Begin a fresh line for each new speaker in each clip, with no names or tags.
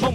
蹦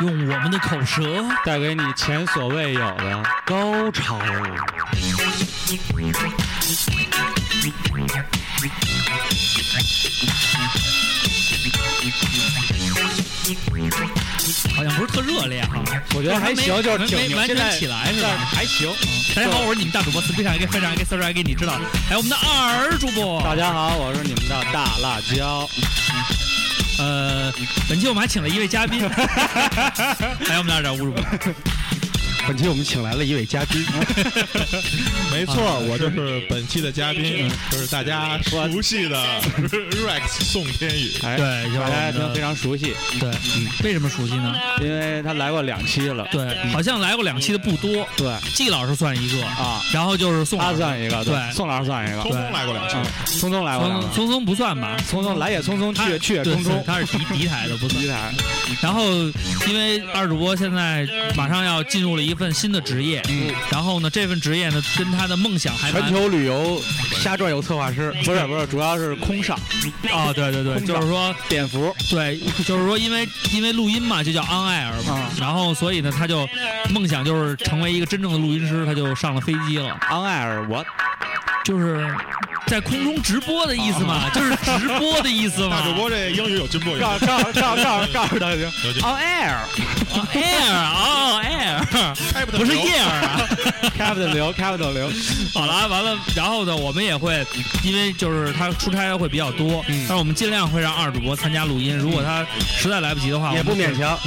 用我们的口舌
带给你前所未有的高潮。
好像不是特热烈哈、
我觉得还行，就是挺
没没
牛。
完
现
全
在
起来是
但
吧？
还行。
大家好，我是你们大主播四 B 上一个非常一个四十二给你知道，还有我们的二主播。
大家好，我是你们的大辣椒。
呃，本期我们还请了一位嘉宾， 还有我们的二点五主播。
本期我们请来了一位嘉宾，
没
啊
错，我就是本期的嘉宾，就是大家熟悉的 Rex 宋天宇。
哎，
对就是
大家
我们的
都非常熟悉，
对，
嗯
为什么熟悉呢？
因为他来过两期了。
对，好像来过两期的不多，
对
季老师算一个，
啊，
然后就是宋老
他
师，
算一个，
对
宋老师算一个
匆，匆来过两期，
嗯聪聪来过两
松
个，
松松不算吧？
聪聪来也匆匆，去也去也
对
匆匆。
他是敌敌台的，不算
一。台，
然后，因为二主播现在马上要进入了一份新的职业，
嗯，
然后呢，这份职业呢，跟他的梦想还
全
蛮
球旅游瞎转悠策划师，啊不是不是，主要是空上
哦，对对对，
空
就
少
是说，
蝙蝠
对，就是说，因为因为录音嘛，就叫 on air 嘛，
啊
然后所以呢，他就梦想就是成为一个真正的录音师，他就上了飞机了，
，on air 我
就是在空中直播的意思嘛，就是直播的意思嘛。
大主播这英语有进步，有
告
啊
诉
进
告诉告诉告诉告诉大家
步有进步。
，on air。
on air 哦 air，
开
不是
头
air 啊。
Capital 流，Capital 流，
好了，完了，然后呢，我们也会，因为就是他出差会比较多，
嗯
但是我们尽量会让二主播参加录音，如果他实在来不及的话，
也不
我们嗯
勉强。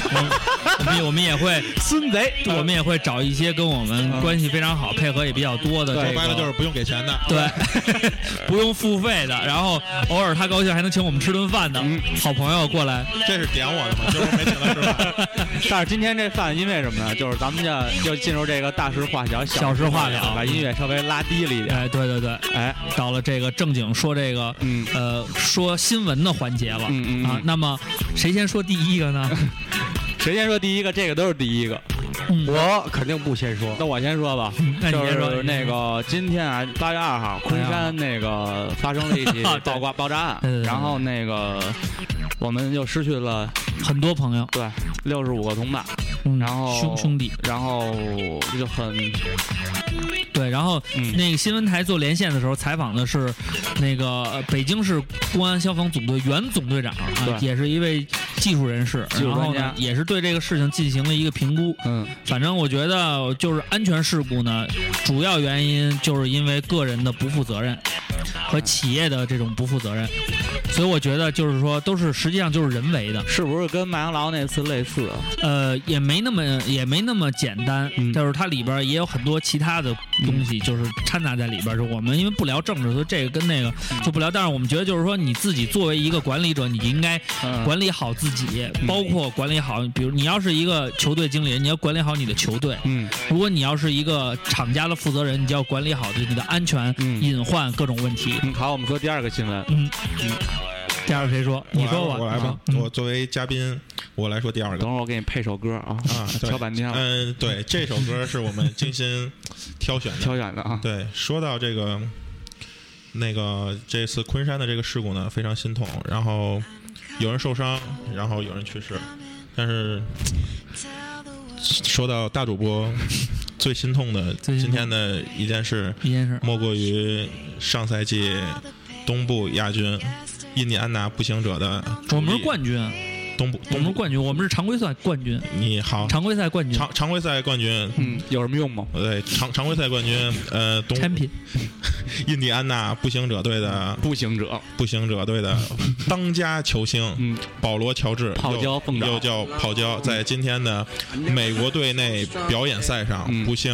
我们也我们也 会，
孙贼，
我们也会找一些跟我们关系非常好、配合也比较多的这
说白了就
个。
是不用给钱的。
对， 不用付费的，然后偶尔他高兴还能请我们吃顿饭的
嗯
好朋友过来，
这是点我的嘛，就是没请他吃饭。
但是今天这饭因为什么呢？就是咱们要要进入这个大事化小，
小事化了
把音乐稍微拉低了一点。
哎，对对对，
哎，
到了这个正经说这个
嗯
呃说新闻的环节了、
嗯嗯
啊
嗯，，
那么谁先说第一个呢？
谁先说第一个？这个都是第一个，
嗯，
我肯定不先说，
那我先说吧。
那你
就
先说哎
是那，个今天啊，八月二号，昆山那个发生了一起
对
爆挂爆炸
对对
案，
对
然后那个我们又失去了
你先说很多朋友，
对六十五个同伴，
嗯
然后
兄兄弟，
然后就很
对，然后
嗯
那个新闻台做连线的时候，采访的是那个呃北京市公安消防总队原总队长啊
对，
也是一位技术人士，
技术
然后
专
呢
家
也是对这个事情进行了一个评估。
嗯
反正我觉得就是安全事故呢，主要原因就是因为个人的不负责任和企业的这种不负责任，所以我觉得就是说都是实际上就是人为的，
是不是跟麦当劳那次类似？啊
呃，也没那么也没那么简单，
嗯
就是它里边也有很多其他的东西，就是掺杂在里边。就我们因为不聊政治，所以这个跟那个
嗯
就不聊。但是我们觉得就是说，你自己作为一个管理者，你应该
嗯
管理好自己，
嗯
包括管理好，比如你要是一个球队经理人，你要管理好你的球队；
嗯
如果你要是一个厂家的负责人，你就要管理好对你的安全、
嗯
隐患各种问题。
嗯，好，我们说第二个新闻。
嗯，第二个谁说？ 你说
我来吧。
嗯
我作为嘉宾，我来说第二个
等。会儿我给你配首歌啊，
啊对
敲半天了，
嗯，对，这首歌是我们精心挑选的。
挑选的啊。
对，说到这个，那个这次昆山的这个事故呢，非常心痛。然后有人受伤，然后有人去世，但是说到大主播最心痛的
最心
今
痛
天的一件事，
一件事，
莫过于上赛季东部亚军印第安纳步行者的主
我们
力
是冠军，
东部，
我
东
们是
部
冠军，我们是常规赛冠军，
你好
常规赛冠军
常常规赛冠军。呃
嗯，有什么用吗？
对常常规赛冠军，呃，东
，champion，
印第安纳步行者队的
步行者，
步行者 队的当家球星
嗯，
保罗·乔治，
泡椒凤爪
又又叫泡椒，在今天的美国队内表演赛上
嗯
不幸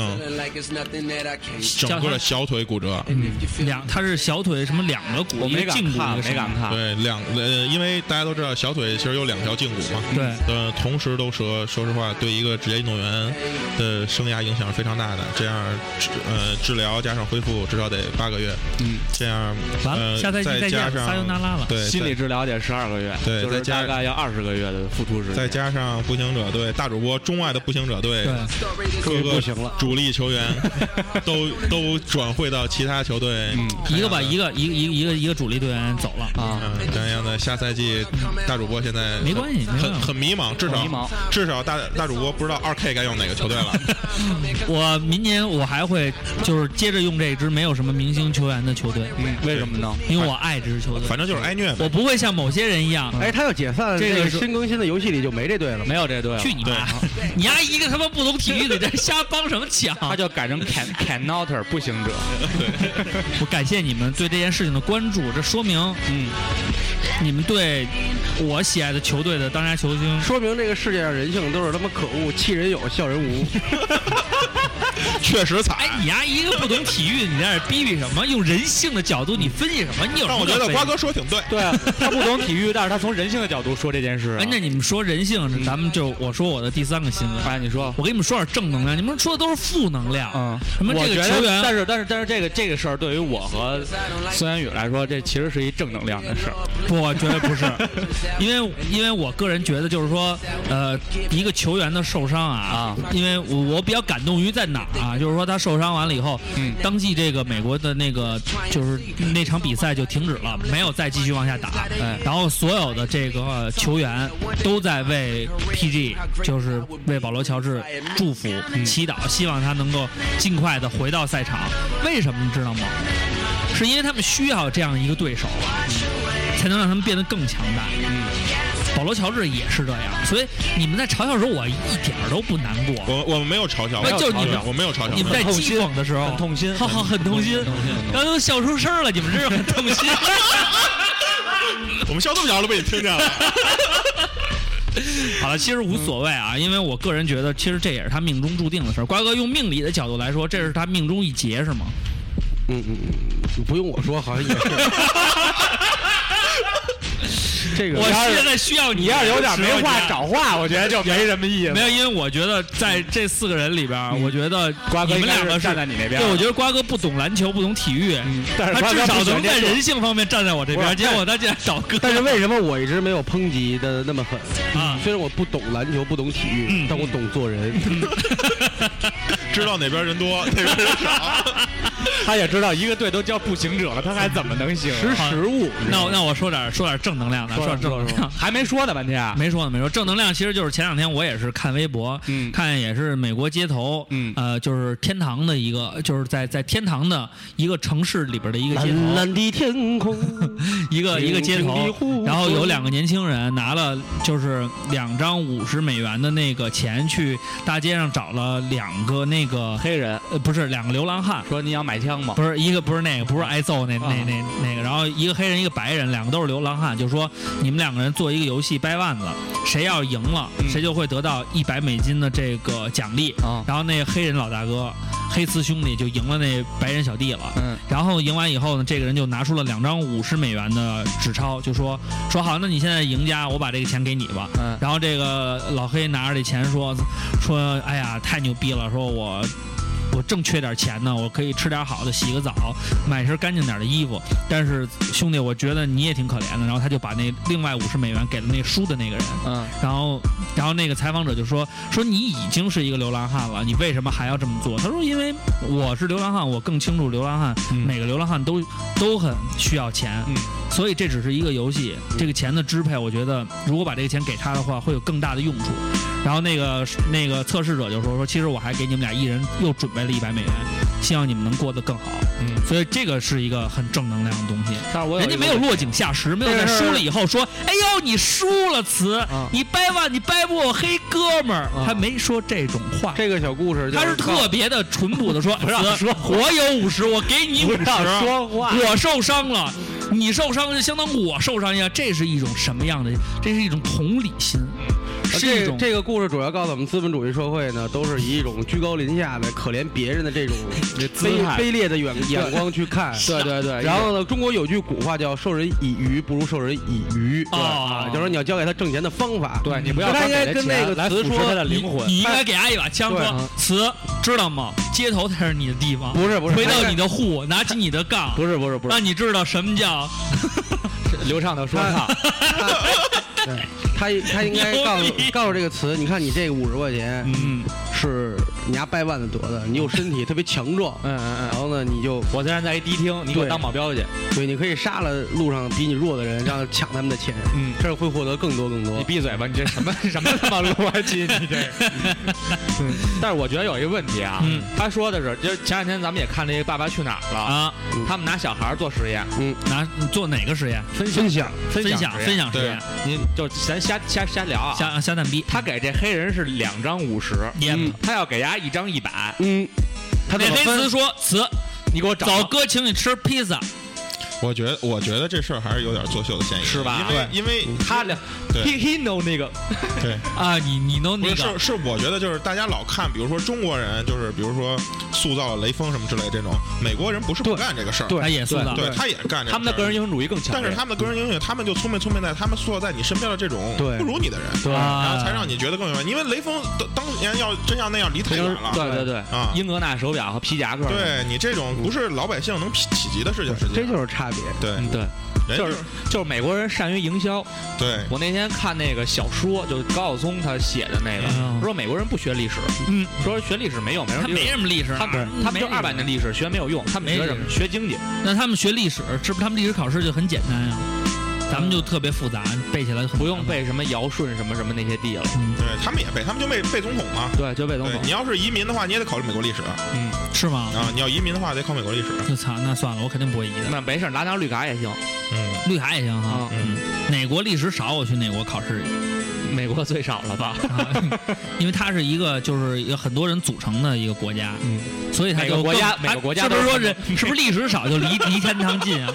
整个的小腿骨折。
哎两他是小腿什么两个骨，
我
一
没
个
敢
胫骨，一个
看，没
什么
敢看。
对，两呃，因为大家都知道小腿其实有两条疗胫骨嘛。
对，
呃，同时都说，说实话，对一个职业运动员的生涯影响是非常大的。这样，治呃，治疗加上恢复至少得八个月。
嗯，
这样，
完了
呃，
下赛季
再
再
加
见撒尤
上
那拉了
对，
心
再
理治疗得十二个月，
对
就是
再加
大概要二十个月的付出时间。
再加上步行者队大主播钟爱的步行者队，
对，
各
不
个
行了
主力球 员都都转会到其他球队，
嗯
一个把一个一个一个一个一个主力队员走了，
啊，
嗯，这样的下赛季大主播现在
没关系没
很
关系
很迷茫，至少
很迷茫
至少大大主播不知道二 K 该用哪个球 队了。
我明年我还会就是接着用这支没有什么明星球员的球队，
嗯，为什么呢？
因为我爱这支球队，
反正就是嗯挨虐呗
我。不会像某些人一样，
哎，他要解散，
这
这
个
个
是
新更新的游戏里就没这队了。
没有这队了，
去你妈！ 你丫一个他妈不懂体育的，这瞎帮什么腔？
他就改成 can canotter 步行者。
我感谢你们对这件事情的关注，这说明
嗯，
你们对我喜爱的球队的当家球星
说明这个世界上人性都是他妈可恶，气人有，笑人无。
确实惨。
哎，你丫一个不懂体育，你在这逼逼什么？用人性的角度，你分析什么？你有什
但
么
我
可
觉得
分析
瓜哥说挺对，
对啊，他不懂体育，但是他从人性的角度说这件事啊。
哎，那你们说人性，咱们就我说我的第三个新闻。
哎，你说，
我跟你们说点正能量，你们说的都是负能量。
嗯，
什么
我
这
觉
个
得
球员啊
但是但是但是这个这个事儿对于我和孙元宇来说，这其实是一正能量的事儿。
不，我觉得 不是，因为因为我个人觉得就是说，呃，一个球员的受伤啊，
啊
因为我我比较感动于在哪儿啊，就是说他受伤完了以后，
嗯
当季这个美国的那个就是那场比赛就停止了，没有再继续往下打，
哎
然后所有的这个呃球员都在为 PG，就是为保罗乔治祝福、
嗯
祈祷，希望他能够尽快的回到赛场。为什么你知道吗？是因为他们需要这样一个对手，啊才能让他们变得更强大。嗯保罗乔治也是这样，所以你们在嘲笑的时候，我一点儿都不难过。
我我们没有嘲笑，
那就是你们
没有嘲笑我没有嘲笑，
你们在
没有
讥讽的时候
很痛心
好好很痛心
很痛心很痛，心
然后都笑出声儿了，你们真是很痛 心。
我们笑这么小都被你听见了。
好了，其实无所谓啊，因为我个人觉得，其实这也是他命中注定的事儿。瓜哥用命理的角度来说，这是他命中一劫，是吗？
嗯嗯嗯，不用我说，好像也是。这个
我
要是
现在需要你，
你要是有点没话找
找。
话，我觉得就没什么意思。啊
没有，因为我觉得在这四个人里边
嗯
儿，我觉得
瓜哥
你们两
应
个
该是
是
站在你那边啊嗯
对，我觉得瓜哥不懂篮球，不懂体育，
但是
他
瓜
至
哥
少
不喜欢
能在
这
人性方面站在我这边儿。
不是
结果他竟然倒戈。
但是为什么我一直没有抨击的那么狠
啊
虽然我不懂篮球，不懂体
嗯
育，但我懂做人。
知道哪边人多，哪边人 少。
他也知道一个队都叫步行者了，他还怎么能
嗯
行？啊
识时务，
那我那我说点儿说点儿正能量的，说点儿正能量。
还没说呢，半天。啊
没说呢，没说。正能量其实就是前两天我也是看微博，
嗯
看也是美国街头，
嗯
呃，就是天堂的一个，就是在在天堂的一个城市里边的一个街头，
啊
蓝蓝的 天空，
一个一个街
平
头
地呼，
然后有两个年轻人拿了就是两张五十美元的那个钱去大街上找了两个那个
黑人
呃不是两个流浪汉。
说你想买枪吗？
不是一个，不是那个，不是挨揍那那那那个，然后一个黑人，一个白人，两个都是流浪汉，就说你们两个人做一个游戏掰腕子，谁要赢了，
嗯
谁就会得到一百美金的这个奖励。
啊，
然后那黑人老大哥黑丝兄弟就赢了那白人小弟了，
嗯
然后赢完以后呢，这个人就拿出了两张五十美元的纸钞，就说说好，那你现在赢家，我把这个钱给你吧。
嗯
然后这个老黑拿着这钱说说，哎呀，太牛逼了，说我。我正缺点钱呢，我可以吃点好的，洗个澡，买身干净点的衣服。但是兄弟，我觉得你也挺可怜的。然后他就把那另外五十美元给了那输的那个人。
嗯，
然后，然后那个采访者就说：“说你已经是一个流浪汉了，你为什么还要这么做？”他说：“因为我是流浪汉，我更清楚流浪汉、
嗯
每个流浪汉都都很需要钱，
嗯
所以这只是一个游戏。这个钱的支配，我觉得如果把这个钱给他的话，会有更大的用处。”然后那个那个测试者就说：“说其实我还给你们俩一人又准备了一百美元，希望你们能过得更好。”
嗯，
所以这个是一个很正能量的东西。
但是我
人家没有落井下石，没有在
但是
输了以后说：“哎呦，你输了词，
啊
你掰腕你掰不过黑哥们儿。
啊
他没说这种话，
这个小故事就
他是特别的淳朴的说：“
让
词，我有五十，我给你五十。
说话
我受伤了，你受伤就相当于我受伤一样，这是一种什么样的？这是一种同理心，是一
这
种
这个故事主要告诉我们，资本主义社会呢，都是以一种居高临下的、可怜别人的这种
姿
卑
态
卑劣的眼眼光去看。
对对对，
然后呢，中国有句古话叫“授人以鱼，不如授人以渔”，对
哦
啊，就是说你要教给他挣钱的方法。啊
对你不要
他
光
应
给
该
他
跟那
钱
个
来
词
腐蚀
说
他的灵魂。
你应该给他一把枪，
对
说
啊
词知道吗？街头才是你的地方，
不是不是
回
他应
到
该
你的户，拿起你的杠，
不是不是不是，
让你知道什么叫
流畅的说唱，
他他应该告
牛
诉
逼
告诉这个词，你看你这五十块钱
嗯
是你家掰腕子得的，你有身体特别强壮，
嗯嗯
然
嗯。
后呢你就
我虽然在一迪厅，你给我
对
当保镖去，
对，你可以杀了路上比你弱的人，让抢他们的钱，
嗯，
这样会获得更多更
你
多。
闭嘴吧！你这什么什么他妈逻辑？你这个。嗯但是我觉得有一个问题啊
嗯，
他说的是，就是前两天咱们也看那个《爸爸去哪儿》了，
啊，
他们拿小孩儿做实验，
拿你做哪个实验？
分
分享
分
分享
实验
分享实验，
您就咱瞎瞎瞎聊啊。
瞎瞎蛋逼，
他给这黑人是两张五十，
也
嗯
他要给伢一张一百，
嗯，他怎
那
么
黑
分
词？说词，
你给我找啊
走哥请你吃披萨，
我觉得，我觉得这事儿还是有点作秀的嫌疑，
是吧
因为因为
他两
对
，he he know 那个
对，
啊，你你能
不
那
是
个
是是，我觉得就是大家老看，比如说中国人，就是比如说塑造雷锋什么之类这种，美国人不是不
对
干这个事儿，
他也塑造
对，他也干这个
他们的
事儿
个人英雄主义更强
但
烈，
是他们的个人英雄，他们就聪明聪明在他们塑造在你身边的这种
对
不如你的人，
对
啊，
然后才让你觉得更明白。因为雷锋当当年要真像那样离太远了
对对对，
啊，
英格纳手表和皮夹克，
对你这种不是老百姓能匹企及的事情，实际
这
上
就是差别。
对
嗯对，
人
就是就是美国人善于营销。
对
我那天看那个小说，就是高晓松他写的那
嗯
个，说美国人不学历史，
嗯，
说学历史没用，没人
他
理
没啊
解
什么历史，
他们他们就
没
二百年历史嗯学没有用，他们学什么？学经济。
那他们学历史，是不是他们历史考试就很简单呀？咱们就特别复杂，背起来就很嗯
不用背什么尧舜什么什么那些地了。
对，他们也背，他们就背背总统嘛。
对，就背总
对
统
你。要是移民的话，你也得考虑美国历史啊。
是吗？
你要移民的话，得考美国历史。
我操，那算了，我肯定不会移的。
那没事，拿张绿卡也行。
嗯
绿卡也行哈，
嗯，
哪国历史少，我去哪国考试去。
美国最少了吧？
啊因为它是一个就是有很多人组成的一个国家，
嗯，
所以它
每
就
个国
更
家
它
每个国家
是不是
都
说
是
人是不是历史少就 离离天堂近啊？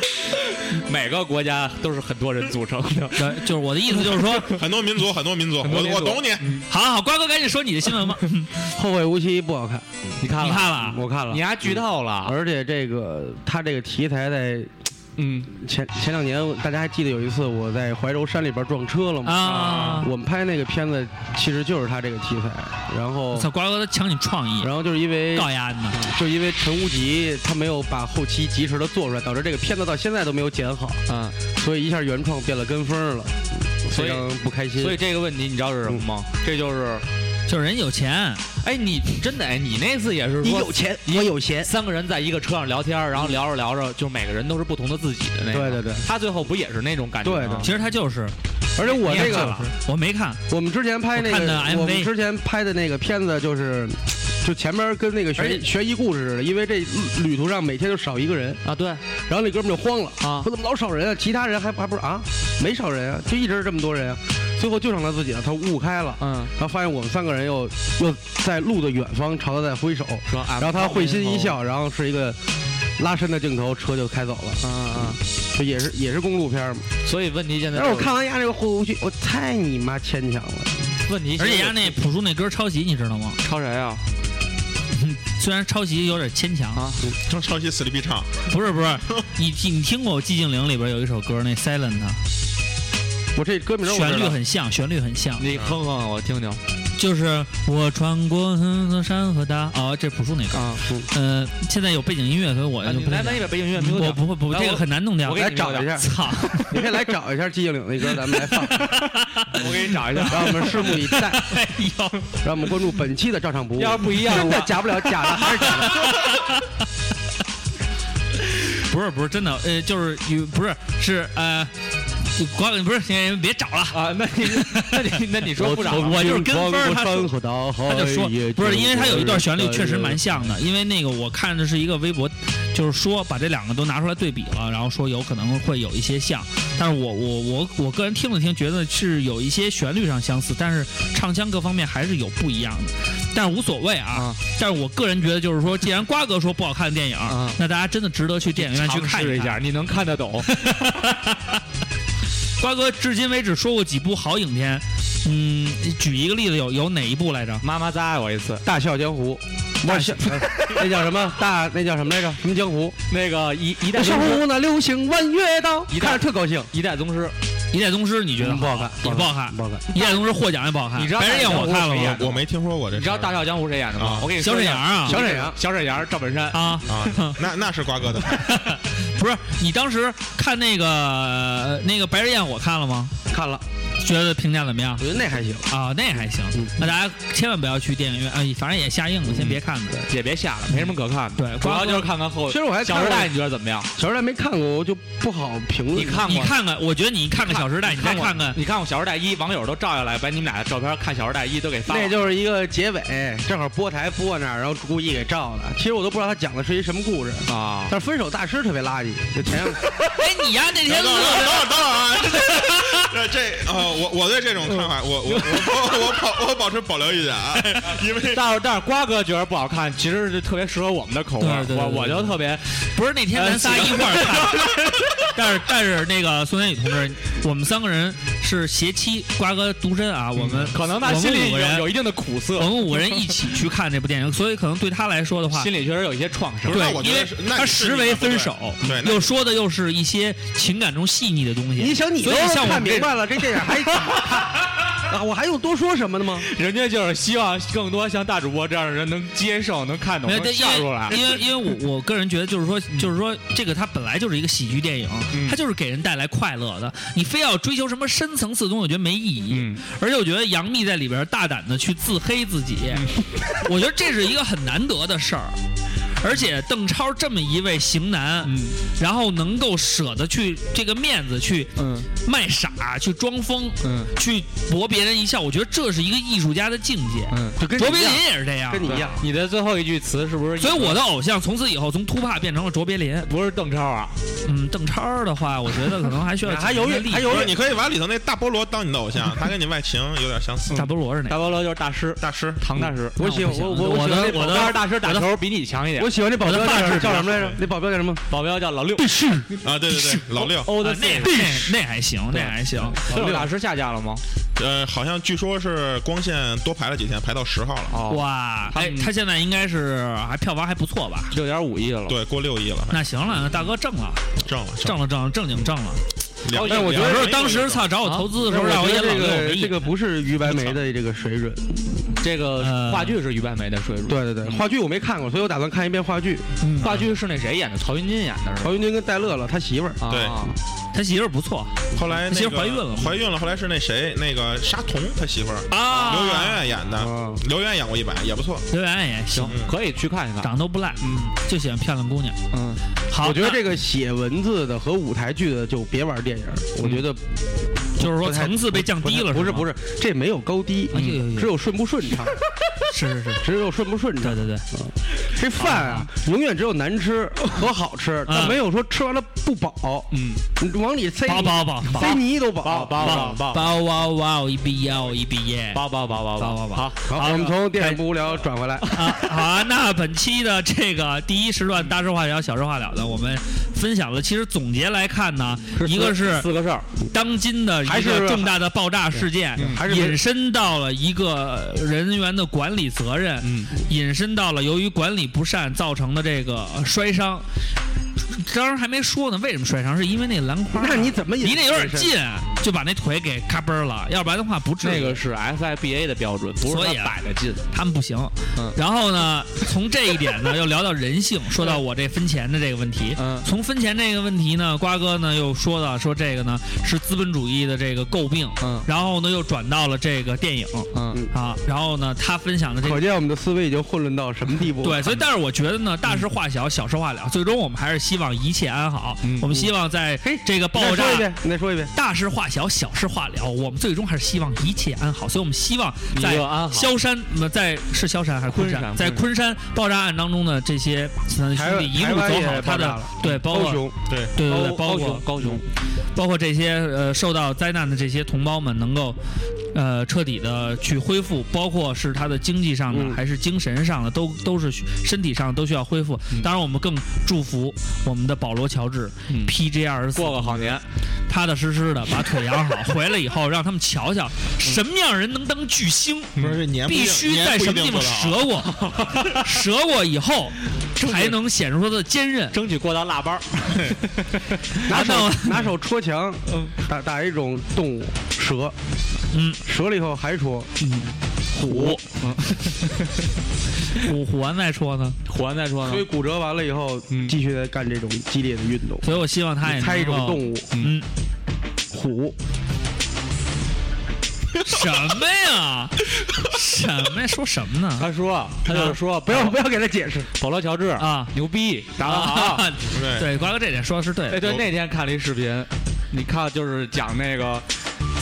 每个国家都是很多人组成的。
对就是我的意思就是 说，
很多民族，很多民族，
很多
我
民
我
族
懂你。
好好瓜哥赶紧说你的新闻吧，你
后会无期不好看，
你看了，
看了？啊
我看 了
你。丫剧透了。
而且这个他这个题材在
嗯，
前前两年，大家还记得有一次我在怀柔山里边撞车了吗？
啊，
我们拍那个片子其实就是他这个题材，然
我
后
操，瓜哥他抢你创意，
然后就是因为
告丫的呢。
就是因为陈无极他没有把后期及时的做出来，导致这个片子到现在都没有剪好，
嗯，
所以一下原创变了跟风了，
所
非
以
常不开心。
所以这个问题你知道是什么吗？这就是，
就是人有钱，
哎，你真的哎，你那次也是说
钱，我有闲。
三个人在一个车上聊天，然后聊着聊着，就每个人都是不同的自己的那
对
个。
对对，
他最后不也是那种感觉吗？
其实他就是
而且我
你也
这
看
个
了我没看，
我们之前拍那
我看的
个
MV
我们之前拍的那个片子就是。就前面跟那个
而
悬
且
悬疑故事似的，因为这旅途上每天就少一个人，
啊，对
然后那哥们就慌了，
啊，
说怎么老少人啊？其他人还还不是啊？没少人啊，就一直是这么多人啊，最后就剩他自己了，他悟开了，
嗯，
然后发现我们三个人又又在路的远方朝他在挥手，
说啊，
然后他会心一，笑，然后是一个拉伸的镜头，车就开走了，
嗯嗯
就也是也是公路片儿嘛。
嗯。所以问题现在
但
就是是，
我看完丫这个后会无期，我太你啊妈牵强了。
问题，
而且人家那朴树那歌抄袭，你知道吗？
抄谁啊？
虽然抄袭有点牵 强，
啊
正抄袭 Sleepy 唱，
不是不 是，你你听过《寂静岭》里边有一首歌，那 Silent，啊
我这歌名我知道
旋律很像，旋律很像，
你哼哼，我听听
就是我穿过哼哼山和大哦，这朴树那歌，
啊。
呃，现在有背景音乐，所以我
啊
就
你
不太
来咱一把背景音乐，没有
我
讲
不会不会，
来
这个
我
很难弄掉
我。给
来
你
找一下，
操，
你可以来找一下寂静岭那歌，咱们来放，
我给你找一下。
让我们拭目以待，
哎呦，
让我们关注本期的照常不误。
要是不一样，
啊
真的
我
假不了，假的还是假的。
不是不是真的，呃，就是有不是是呃，瓜不是，哎别找了。
啊，那你那你那你说不找
我就是跟风儿他说
河道，
他
他
就
哎
说不是，因为他有一段旋律确实蛮像的，因为那个我看的是一个微博，就是说把这两个都拿出来对比了，然后说有可能会有一些像，但是我我我我个人听了听，觉得是有一些旋律上相似，但是唱腔各方面还是有不一样的，但是无所谓啊。
啊
但是我个人觉得就是说，既然瓜哥说不好看的电影，
啊
那大家真的值得去电影院去看
尝试一
看。
下，你能看得懂？
瓜哥至今为止说过几部好影片，嗯，举一个例子，有有哪一部来着？
妈妈扎我一次，
大笑江湖，我笑，那叫什么大？那叫什么来着？什么江湖？
那个一一代
江
宗师，
湖那流行弯月刀，
一代
看着特高兴。
一代宗师，
《一代宗师》你觉得
嗯不好看
也不好看。
不好看。
《一代宗师》获奖也不好看。
你知道
白日
大
焰
家
我
都
看
是
了
谁
吗
演？
我没听说过这
你
事。
知道《大笑江湖》谁演的吗
啊？
我给你
小
说
沈
一下
阳啊
小沈阳，
小沈阳、赵本山，
啊，
啊，那那是瓜哥的菜，
不是你当时看那个那个《白日焰火》看了吗？
看了，
觉得评价怎么样
我？觉得那还行。
啊，那还行
嗯。
那大家千万不要去电影院，哎，反正也下映了，先别看了。
也别下了，没什么可看的。
对
主要
瓜哥
就是看看后
其。实我还看
小
过
时代你觉得怎么样？
小时代没看过，我就不好评论。
你看
你
过？
看看，我觉得你看看《小时代》，你再
过
看看
你看过《小时代一》，网友都照下来，把你们俩的照片看《小时代一》都给发了。
那就是一个结尾，正好播台播那儿，然后故意给照的。其实我都不知道他讲的是一什么故事。
啊，
但是分手大师特别垃圾，就前 两天
哎，你呀、那天
等等等
乐
等
的，
等等啊！这这啊，我我对这种看法，我我我我保我保持保留意见啊，因为
但是但是瓜哥觉得不好看，其实是特别适合我们的口味儿。
对对对
我我就特别
不是那天咱仨一块儿 看，但是但是那个宋元宇同志，我们三个人是携妻，瓜哥独身啊，我们、
嗯可能他
我们
心
五
里
个人
有有一定的苦
我
涩，
们五个人一起去看这部电影，所以可能对他来说的话
心。里确实有一些创伤
不。是那我
对，
觉
因
得
为
是那
他
是
实
你
为
的不对
分手，
对那
又说的又是一些情感中细腻的东西。
你想你
所
都
以像我
看
们这
明
种
白了，这电影还 啊，我还用多说什么的吗？
人家就是希望更多像大主播这样的人能接受、能看懂、
没有，
能
但因
笑出来
为。 因为因为我我个人觉得，就是说，就是说，这个它本来就是一个喜剧电影，
嗯
它就是给人带来快乐的。你非要追求什么深层次的东西，我觉得没意义。
嗯
而且我觉得杨幂在里边大胆的去自黑自己，
嗯
我觉得这是一个很难得的事儿。而且邓超这么一位型男，
嗯
然后能够舍得去这个面子去
嗯
卖傻，去装疯，
嗯
去博别人一笑，我觉得这是一个艺术家的境界。
嗯，
就跟你
卓
一
别
样
林，也是这样，
跟你一样。
你的最后一句词是不是？
所以我的偶像从此以后从秃帕变成了卓别林。
不是邓超啊，
嗯，邓超的话，我觉得可能还需要
还犹
几
豫
年的历
还
不
犹
是
豫
你可以把里头那大菠萝当你的偶像，他跟你外形有点相似。
大菠萝是哪
大
个？
菠萝就是大师，
大师，
唐大师。
我喜欢
那
我
我不行
我
我
喜
的
欢那
我的
保
当然，大师打
我的
球比你强一点
我。喜欢那保镖
我的发
叫
质
叫什么来着？那保镖叫什么？
保镖叫老六，
必须
啊，对对对，老六，
欧的
啊那
那
那那还行，那还行。
六大师下架了吗？
呃，好像据说是光线多排了几天，排到十号了，
哦，
哇，
他
哎，他现在应该是还票房还不错吧？
六点五亿了。
对，过六亿了，
那行了，大哥挣了，
挣了，
挣
了。
了，挣了，正经挣了。
两
但我觉
我
得
说当时操找我投资的时候，让我也
啊觉
老
得这
六
个
个
这
亿。
个不是于白梅的这个水准。
这个
呃
话剧是于白梅的水准。
对对对，话剧我没看过，所以我打算看一遍话剧。
嗯
话剧是那谁演的？曹云金演的是吧？
曹云金跟戴乐乐他媳妇儿，
啊
对
他媳妇儿不错
后来
其实
那个
怀孕了嘛
怀孕了，后来是那谁，那个沙童他媳妇儿
啊
刘媛媛演的
啊，
刘媛媛演过一版，也不错。
刘媛媛也行，
嗯
可以去看一看。
长得都不赖，嗯，就喜欢漂亮姑娘。
嗯，
好，
我觉得
那
这个写文字的和舞台剧的就别玩电影儿，我觉得
嗯就是说
不太
层次被降低了，
不是不
是
是，这没有高低嗯
哎呦呦，呦
只有顺不顺 畅，
吗，是是是，
只有顺不顺畅
对。对对。
这饭啊，永远只有难吃和好吃，但没有说吃完了不饱。
嗯，
你往里塞
饱饱饱饱
塞泥都饱。嗯
包包包
包哇哇一比幺一比耶。
包包包
包包
包
包
好，
好，我们从电影不无聊转回来。
啊，好啊，那本期的这个第一时段大事化了，小事化了的，我们分享了。其实总结来看呢，一个是
四个事儿，
当今的一
还
个
是嗯
重大的爆炸事件，
还是没
引申到了一个人员的管理责任，
嗯
引申到了由于管理不善造成的这个摔伤。当然还没说呢，为什么摔伤？是因为那篮筐，啊
那你怎么也
离那有点？近，就把那腿给咔嘣儿了，要不然的话不至于。
那个是 FIBA 的标准，不是
所以
他
啊
摆的近。
他们不行。
嗯
然后呢，从这一点呢，又聊到人性，说到我这分钱的这个问题。
嗯
从分钱这个问题呢，瓜哥呢又说到说这个呢是资本主义的这个诟病，
嗯
然后呢又转到了这个电影
嗯
啊，然后呢他分享的这个
嗯可见我们的思维已经混乱到什么地步？
对，，所以但是我觉得呢，大事化小，小事化了，最终我们还是希望一切安好。
嗯
我们希望在
嘿
这个爆
你再
炸
说一遍，你再说一遍。
大事化小，小事化了，我们最终还是希望一切安好。所以，我们希望在
一乐安好
萧山，呃在是萧山还是昆
昆
山，
山
在昆山爆炸案当中的这些呃
台
兄
湾
弟一路走好他
台湾也爆炸
的
了
对，包括
高雄，
对对
高
对，包括
高雄，
包括这些呃受到灾难的这些同胞们能够呃彻底的去恢复，包括是他的经济上的、
嗯
还是精神上的，都都是需身体上都需要恢复。当然，我们更祝福我们的保罗·乔治
嗯
PG 二十四
过个好年，
踏踏实实的把腿养好，回来以后让他们瞧瞧什么样人能当巨 星，
不是年不一
必
定
须
年
在
不一
什么地
定
方
做得好
折 过，折过以后才能显示出他的坚 韧。
争取过到腊八儿。
拿
那我
手拿手戳墙，打打一种动物蛇，
嗯，
折了以后还戳，
虎， 虎虎完再说呢。
虎完再说呢
所以。骨折完了以后，
嗯
继续再干这种激烈的运动。
所以我希望他也
猜一
能
种
够
动物，
嗯，
虎，
什么 呀？什么呀？说什么呢？
他说，他就是说，
啊不要不要给他解释，
保罗乔治
啊
牛逼，打得好。
啊，
对
对，瓜哥这点说的是对
哎，
的。
对，那天看了一视频，你看就是讲那个，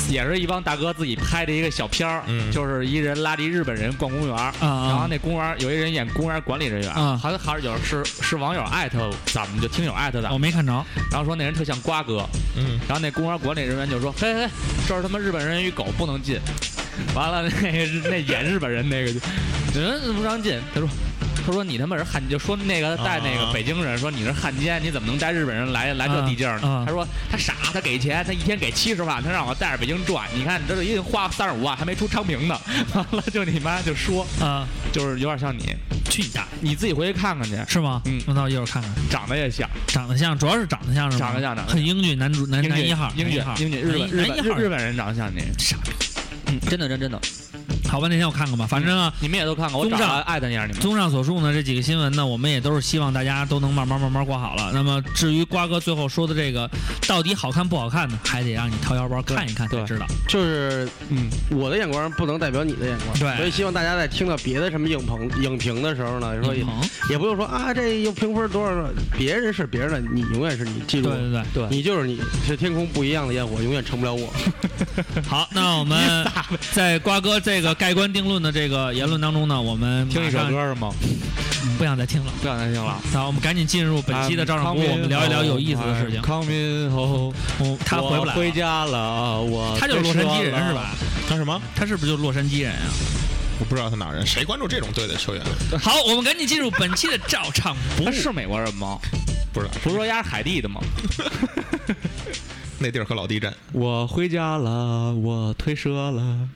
也是一帮大哥自己拍的一个小片儿，
嗯
就是一人拉着一日本人逛公园儿，
啊
然后那公园儿有一人演公园儿管理人员，
啊
好像还是有是是网友艾特咱们，就听友艾特咱
我
们，
没看着，
然后说那人特像瓜哥，
嗯，
然后那公园管理人员就说：“嘿嘿，嘿这是他妈日本人与狗不能进。”完了，那个日那演日本人那个就，嗯人不让进。他说：“他说你他妈是汉，就说那个带那
啊
个北京人说你是汉奸，你怎么能带日本人来来这地界儿
啊
呢
啊？”
他说：“他傻，他给钱，他一天给七十万，他让我带着北京转。你看你这都已经花三十五万，还没出昌平呢。 完了就你妈就说，
啊，
就是有点像你，
去你大，
你自己回去看看去，
是吗？
嗯
那到一会儿看看，
长得也像。”
长得像，主要是长得像是吗？
长得像长得像
很英俊，男主男
英
男
俊
一号，
英
男
俊
一号，
英俊，日本日
男
本
一号
日本人长得像你，
傻逼。
嗯，真的真真的。
好吧，那天我看看吧，反正啊。
你们也都看过，我
综
找
上
了艾特一下你们。
综上所述呢，这几个新闻呢，我们也都是希望大家都能慢慢慢慢过好了。那么至于瓜哥最后说的这个到底好看不好看呢，还得让你掏腰包看一看才
对
知道。
就是
嗯，
我的眼光不能代表你的眼光，
对
所以希望大家在听到别的什么影评影评的时候呢，说也
影棚
也不用说啊，这又评分多少多少，别人是别人的，你永远是你，记
对
住，
对对对。
你就是你，是天空不一样的焰火，永远成不了我。
好，那我们在瓜哥这个盖棺定论的这个言论当中呢，我们
听一首
马上
歌是吗？
不想再听了。
不想再听了。
好，我们赶紧进入 本期的照常播，我们聊一聊有意思的事情。
Coming home，
我他回不来
啊我回
了，
家了，我
他就是洛杉矶人是？吧？
他什么？
他是不是就是洛杉矶人啊？
我不知道他哪人，谁关注这种队的球员？
好，我们赶紧进入本期的照唱不
他
误。
是美国人吗？
不知道，
不是说丫是海地的吗？
那地儿和老地震。
我回家了，我退社了。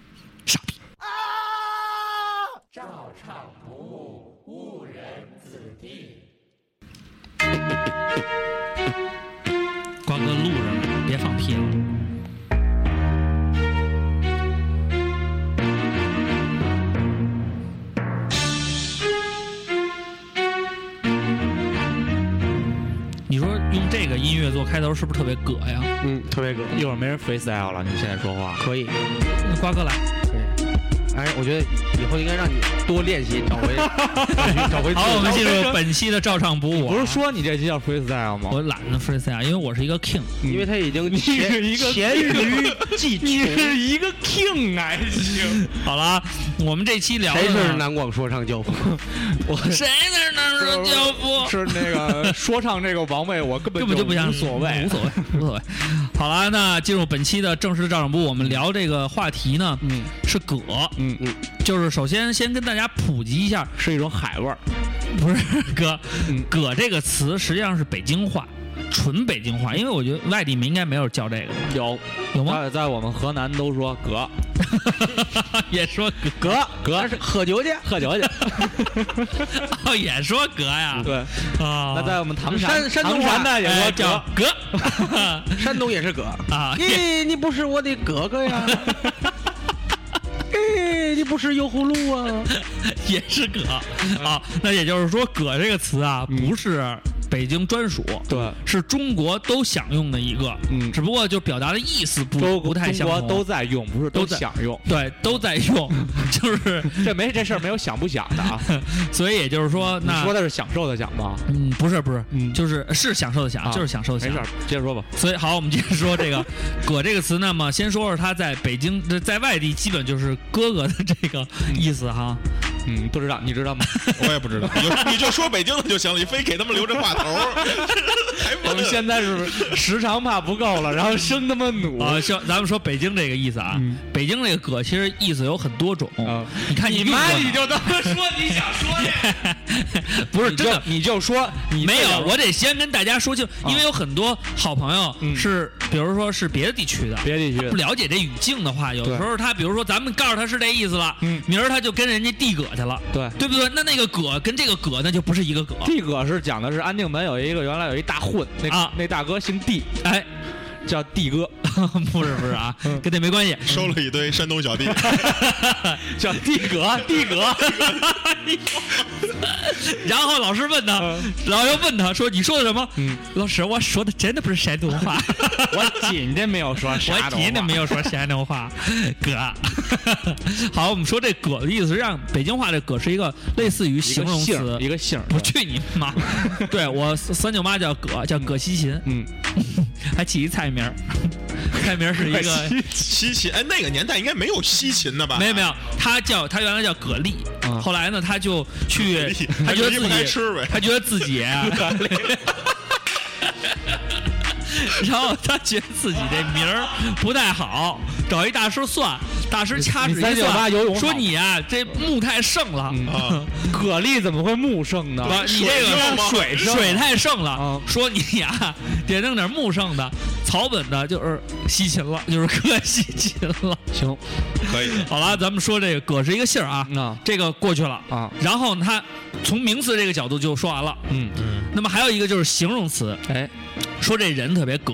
瓜哥录着呢，别放屁了。啊你说用这个音乐做开头是不是特别葛呀？
嗯，特别可
一会儿没人 freestyle 了，你现在说话。
可以。
那瓜哥来，
哎，我觉得以后应该让你多练习，找 回找回自己。
好，我们进入本期的照唱不误啊。
不是说你这期要 freestyle 吗？
我懒得 freestyle，因为我是一个 king。
因为他已经
你是一个
黔驴技穷。
一个 king 啊还行。
好了啊，我们这期聊的
谁是
呢
南广说唱教父？
谁是男人教父？
是那个说唱这个王位，我根本
根本就不想
无所谓
无。所谓，无所谓。 好了，那进入本期的正式的照相部，我们聊这个话题呢
嗯
是葛，
嗯嗯，
就是首先先跟大家普及一下，
是一种海味儿。
不是葛
嗯，
葛这个词实际上是北京话，纯北京话，因为我觉得外地没应该没有叫这个，
有
有吗？
在在我们河南都说葛
也说葛，
葛葛是
喝 酒去，
喝酒去。
哦 也说葛呀，
啊对，
啊，
那在我们唐山
山山东
唐
话
山呢也
哎
说
叫
葛，
葛
山东也是 葛。
啊，
咦，哎你不是我的哥哥 呀？哎，你不是油葫芦 啊？
也是葛啊，
嗯
那也就是说，葛这个词啊，不是北京专属，
对，
是中国都享用的一个，
嗯
只不过就表达的意思不
都
不太相
中国
同，
都在用，不是
都在
想用。
对都在 用，就是
这没这事儿没有想不想的 啊。
所以也就是说，
你
那
说的是享受的享吗？
嗯不是不是，
嗯
就是是享受的享，
啊
就是享受的
没
享
事儿。，接着说吧。
所以好，我们接着说这 个“葛”这个词。那么先说说它在北京，在外地基本就是哥哥的这个意思哈。
嗯，不知道，你知 道吗？
我也不知 道，你就你就说北京的就行了，你非给他们留着话头儿， 还
我们
问
现在是不是时长怕不够了，然后生他妈弩
啊，像咱们说北京这个意思啊，
嗯
北京这个“葛”其实意思有很多种。
啊！
你看
你
运过
妈，
来
你 就他妈说你想说的，
不是
你
真
就
的
你就说你
没有
最想，啊
我得先跟大家说清，因为有很多好朋友
嗯
是，比如说是别的地区的，
别地区
不了解这语境的话，有
对
时候他比如说咱们告诉他是这意思了，
嗯
明儿他就跟人家地葛去了，
对。
对不对？那那个葛跟这个葛那就不是一个葛，
地葛是讲的是安定门有一个原来有一大混，那、
啊
那大哥姓地，
哎，
叫地哥，
不是不是啊，
嗯
跟这没关系。
收了一堆山东小弟，
叫地葛，地葛。
然后老师问他，然后又问他说：“你说的什么？”
嗯
老师，我说的真的不是山东话，
我紧的没有说啥
我
的，
真的没有说山东话， 哥。好，我们说这“葛”的意思，实际上北京话这“葛”是一个类似于
一个
形容
姓
词
儿，一个姓儿。
我去你 妈！对我三舅妈叫葛，叫葛西琴，
嗯，
还起一菜名儿， 菜名儿是一 个
西秦哎，那个年代应该没有西秦的吧？
没有没有，她叫她原来叫葛丽，
啊
后来呢，她就去
丽，
她觉得
不该
自己，
吃呗。
她觉得自己啊， 然后她觉得自己这名儿不太好，找一大师算，大师掐指
你三
一
九八
算，
游泳好
说你啊这木太盛了。
嗯
啊，
蛤蜊怎么会木生呢？
不，你这个
盛吗
水水太盛了
啊，
说你呀得弄点木盛的，草本的，就是西芹了，就是可西芹了。
行，
可以。
好了，咱们说这个葛是一个姓儿啊，
啊
这个过去了。
啊，
然后他从名词这个角度就说完了。
嗯，
嗯，
那么还有一个就是形容词，
哎，
说这人特别葛，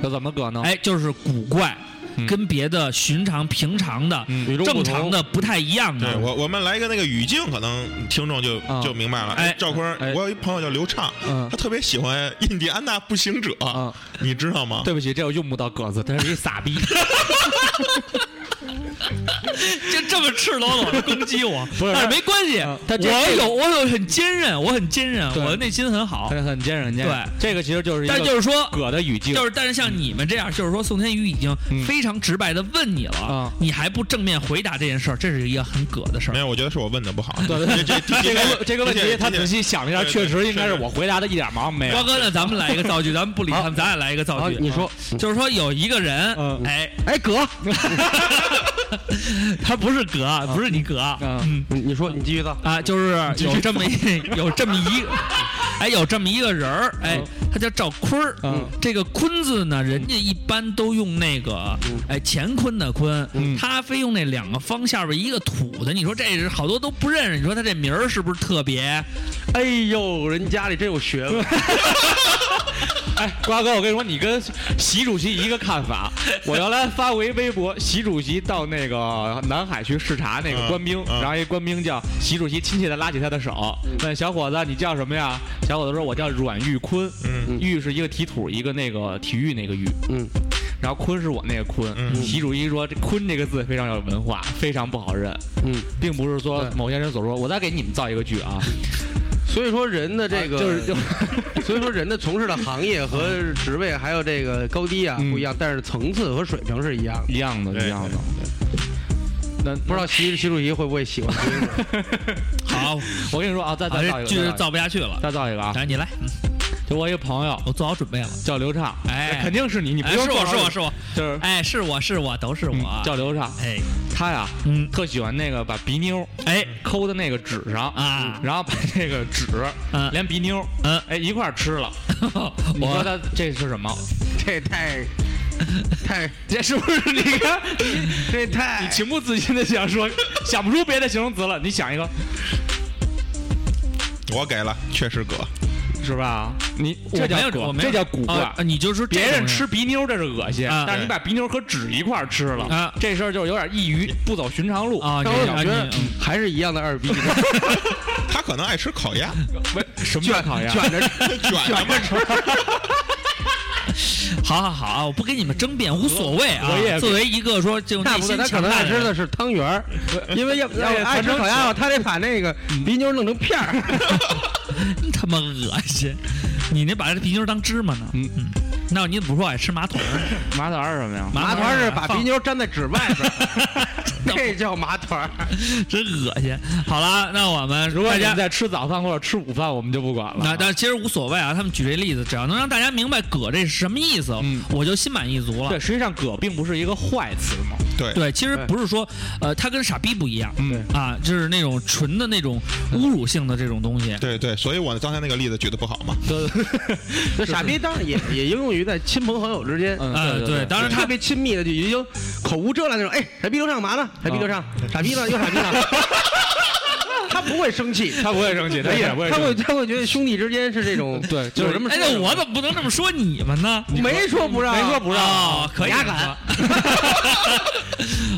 那怎么葛呢？
哎，就是古怪，
啊嗯
跟别的寻常、平常的、
嗯，
正常的不太一样
对
的。
我我们来一个那个语境，可能听众就
啊
就明白了。
哎
赵坤，
哎
我有一朋友叫刘畅，
嗯
他特别喜欢印第安纳步行者，
啊，
你知道吗？
对不起，这我用不到葛字，他是一傻 逼。
就这么赤裸裸的攻击我，
不是
但是没关系，
啊他这
我
这个
有我有很坚韧，我很坚韧，
对
我的内心很好
他。很坚韧，很坚韧。这个其实就是一个
但就是说，
葛的语境，
就是但是像你们这样，就是说宋天宇已经
嗯
非常直白的问你了
啊，
你还不正面回答这件事儿，这是一个很葛的事
没
儿。
有，我觉得是我问的不好。
对
这这
这个问这个问题，他仔细想了一下，
对
确
对
实应该是
确实
我回答的一点毛病没
瓜
有。
哥呢，咱们来一个造句，咱们不理他们，咱也来一个
啊
造句。
你说，
就是说有一个人，
嗯
哎，
哎哥，
他不是葛，不是你葛，嗯
嗯
你你说你继续造，
啊，就是有这么一有这么一，哎，有这么一个人儿，哎
嗯，
他叫赵坤儿
嗯，
这个坤字呢，人家一般都用那个哎乾坤的坤，
嗯
他非用那两个方下边一个土的，你说这是好多都不认识，你说他这名儿是不是特别？
哎呦，人家里真有学 问，
哎，瓜哥，我跟你说，你跟习主席一个看法。我原来发过一微博，习主席到那个南海去视察那个官兵，
嗯嗯嗯
然后一官兵叫习主席，亲切的拉起他的手，问小伙子你叫什么呀？小伙子说我叫阮玉坤，
嗯
玉是一个提土，一个那个体育那个玉，
嗯，
然后坤是我那个坤。
嗯
习主席说这坤这个字非常有文化，非常不好认，
嗯，
并不是说某些人所说。我再给你们造一个句 啊，
所以说人的这个
就是就
所以说，人的从事的行业和职位，还有这个高低啊
嗯
不一样，但是层次和水平是一样的。
一样的，
对
一样的。那
不知道习习主席会不会喜欢？
好，
我跟你说啊，再
哎
啊，
再造
这
一个，
句
再
是
造一个
造不下去了。
再造一个啊！
来，你来，
就我一个朋友
我做好准备了。
叫刘畅，
哎
那肯定是你，你不
哎，
用
是我
做
是我
好
是我，
就是
哎，是我是我都是我
嗯。叫刘畅，
哎，
他呀
嗯，
特喜欢那个把鼻妞
哎
抠在那个纸上
啊
然后把那个纸
嗯
连鼻妞
嗯，
哎一块儿吃了。你说
我
他这是什么？
这太太
这是不是你看
这太
你情不自禁的想说，想不出别的形容词了，你想一个
我给了，确实葛。
是吧？你
我
这
没
叫
有我
古
没有
这叫古怪
啊，。你就说这
别人
种
吃鼻妞这是恶心，
啊
但是你把鼻妞和纸一块儿吃了，
啊
这事儿就有点异于不走寻常路
啊，你
但我总
啊
觉得
你嗯
还是一样的二 逼，
他可能爱吃 烤鸭，
为什么叫考验？
卷着
卷他妈吃。
好好好啊，我不跟你们争辩，无所谓啊
我也。
作为一个说这种
那
内
不
心
对，他可
强
能
大
爱
的
吃
人，
的是汤圆 儿，因为要要
哎
爱
反
吃
正
烤鸭肉，他得把那个鼻妞弄成片 儿。
真 他妈恶心！你那把这皮妞当芝麻呢？
嗯
嗯，那你怎么不说我爱吃马桶呢？
麻团是什么呀？
麻团
团
是把鼻妞粘在纸外边儿，
的
这叫麻团儿。
真恶心。好了，那我们
如果
大
你
家
们在吃早饭或者吃午饭，我们就不管了。
那那其实无所谓啊，他们举这例子，只要能让大家明白“葛”这是什么意思，
嗯
我就心满意足了
对，。实际上“葛”并不是一个坏词嘛。
对
对，其实
对
不是说，呃，它跟傻逼不一样
嗯，
啊，就是那种纯的那种侮辱性的这种东西。
对对，所以我刚才那个例子举的不好嘛。
那傻逼当然 也也应用于在亲朋好友之间，
嗯，
呃，
对对，
当然
特
他
别亲密的就已经口无遮拦那种。哎，傻逼楼上嘛呢？傻逼楼上，傻逼呢又傻逼呢。 他不会生气，
他不会 生气，他一点不会
哎他
生
会
气。
他会觉得兄弟之间是这种
对就是
有什么
哎，
说什
那
么
我怎么不能这么说你们呢？
没说不让，啊
没说不让啊
哦，可以
牙
这么
感
说。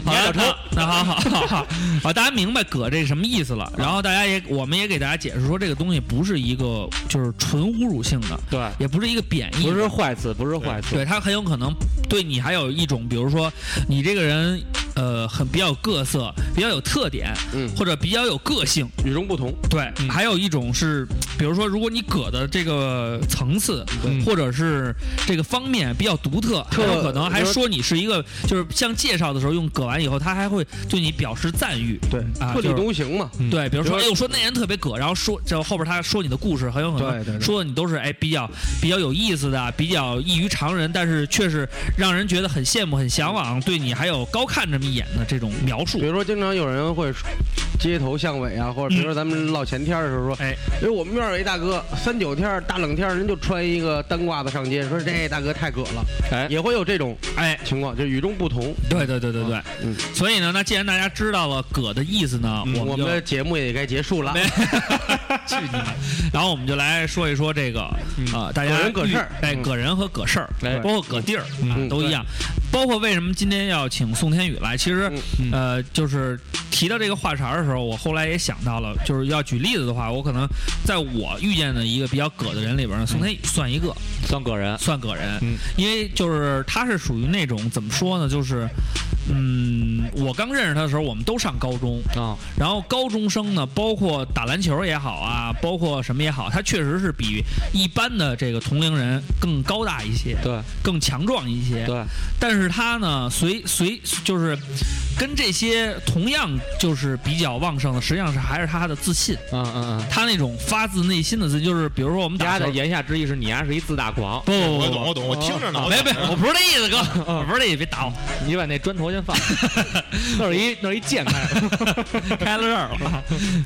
好了，那那好好好好，好，大家明白“葛”这什么意思了。然后大家也，我们也给大家解释说，这个东西不是一个就是纯侮辱性的，
对，
也不是一个贬义的，
不是坏词，不是坏词。
对他很有可能对你还有一种，比如说你这个人，呃，很比较有各色，比较有特点，
嗯
或者比较有个性。
与众不同。
对，还有一种是，比如说，如果你葛的这个层次、
嗯
或者是这个方面比较独特，
特
很有可能还
比如
说你是一个，就是像介绍的时候用葛完以后，他还会对你表示赞誉。
对
啊
特
就
立
是
独行嗯嘛。
对，比如说，
比如
哎
说
呦，说那人特别葛，然后说，就后边他说你的故事，很有可
对对
能
对
说的你都是哎比较比较有意思的，啊比较异于常人，但是却是让人觉得很羡慕、很向往，对你还有高看这么一眼的这种描述
比。如说，经常有人会说街头巷尾啊，或者比如说咱们唠前天的时候说，
哎，
因为我们院儿有一大哥，三九天儿大冷天儿，人就穿一个单褂子上街，说这大哥太葛了，
哎
也会有这种
哎，
情况，就与众不同。
对对对对对。
嗯
所以呢，那既然大家知道了葛的意思呢，
我
们
们
就
的节目也该结束了，
去你妈！然后我们就来说一说这个啊，大家
嗯葛人葛事儿
哎，
嗯
葛人和葛事儿，
哎
包括葛地儿啊
嗯
都一样。包括为什么今天要请宋天宇来，其实
嗯
呃，就是提到这个话茬儿的时候，我后来也想到了，就是要举例子的话，我可能在我遇见的一个比较葛的人里边呢，宋天宇算一个，
算葛人，
算葛人
嗯，
因为就是他是属于那种怎么说呢，就是。嗯，我刚认识他的时候，我们都上高中，
啊，
然后高中生呢，包括打篮球也好啊，包括什么也好，他确实是比一般的这个同龄人更高大一些，
对
更强壮一些。
对，
但是他呢，随随就是跟这些同样就是比较旺盛的，实际上是还是他的自信，
嗯嗯嗯，
他那种发自内心的自信，就是比如说我们打
丫
球
的，言下之意是你丫是一自大狂，
不不
我
不
懂，我
不。
懂，
啊
我听着呢。我
没
懂
没，我不是那意思，哥，
嗯
我不是那意思，别打我，
你把那砖头 先放，那是一那是一剑 开，
开了刃儿了。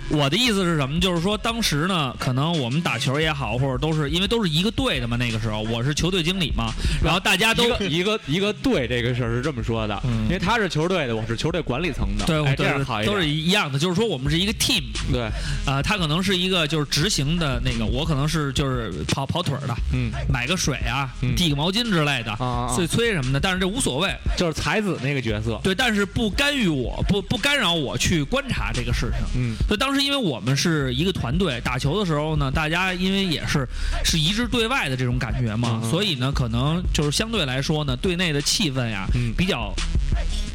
我的意思是什么？就是说，当时呢，可能我们打球也好，或者都是因为都是一个队的嘛，那个时候我是球队经理嘛，然后大家都
一个一个一个队这个事儿是这么说的，
嗯
因为他是球队的，我是球队管理层的，
对
哎，
对
这样好一点，
都是一样的，就是说我们是一个 team，
对，
啊，他可能是一个就是执行的那个，我可能是就是跑跑腿儿的，
嗯
买个水啊
嗯，
递个毛巾之类的
啊，啊，啊
碎催什么的，但是这无所谓，
就是才子那个角色，
对，但是不干预我，不不干扰我去观察这个事情。
嗯，
所以当时因为我们是一个团队打球的时候呢，大家因为也是是一致对外的这种感觉嘛，
嗯嗯
所以呢，可能就是相对来说呢，队内的气氛呀，
嗯
比较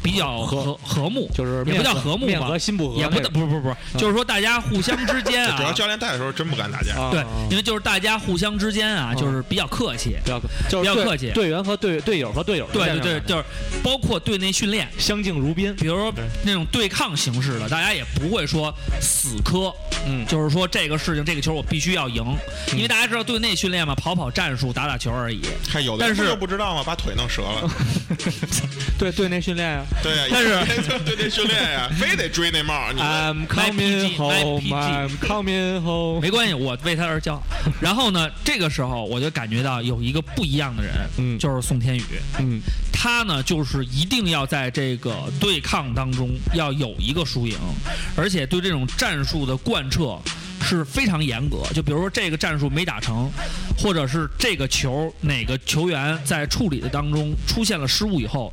比较
和
和和睦，
就是
也
面
不叫
子
和睦
面
吧
和心不和
也
那
不
种，嗯
不不不，就是说大家互相之 间
主要
啊。
教练带的时候真不敢打架。
啊
对
啊啊，
因为就是大家互相之间啊，
嗯
就是比较客气，
不要客就是
比较
队
客气
队员和队队友和队友之
对对
间的
对，
感觉
就是包括队内训练，
相敬如宾，
比如说
对
那种对抗形式的，大家也不会说死磕，
嗯
就是说这个事情这个球我必须要赢，因为大家知道队内训练嘛，跑跑战术，打打球而已。
看有的人
但是
就不知道嘛，把腿弄折 了。
对队内训练啊
对呀，
但是
是 对那训练呀，非得追那帽儿。你
，I'm
coming
coming
home,
home, I'm coming home，
没关系，我为他而骄傲。然后呢，这个时候我就感觉到有一个不一样的人，
嗯
就是宋天宇，
嗯，
他呢就是一定要在这个对抗当中要有一个输赢，而且对这种战术的贯彻是非常严格。就比如说这个战术没打成，或者是这个球哪个球员在处理的当中出现了失误以后，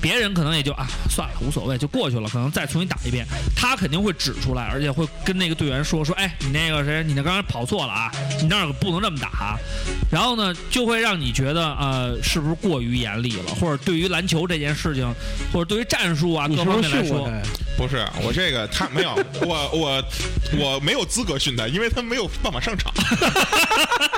别人可能也就啊算了无所谓就过去了，可能再重新打一遍，他肯定会指出来，而且会跟那个队员说说，哎，你那个谁，你那刚才跑错了啊，你那儿不能这么打啊、然后呢，就会让你觉得呃，是不是过于严厉了，或者对于篮球这件事情，或者对于战术啊
你
各
是
方
不
面
是
来
训
说
过他，呀？
不是我这个，他没有我我我没有资格训他，因为他没有办法上场。
啊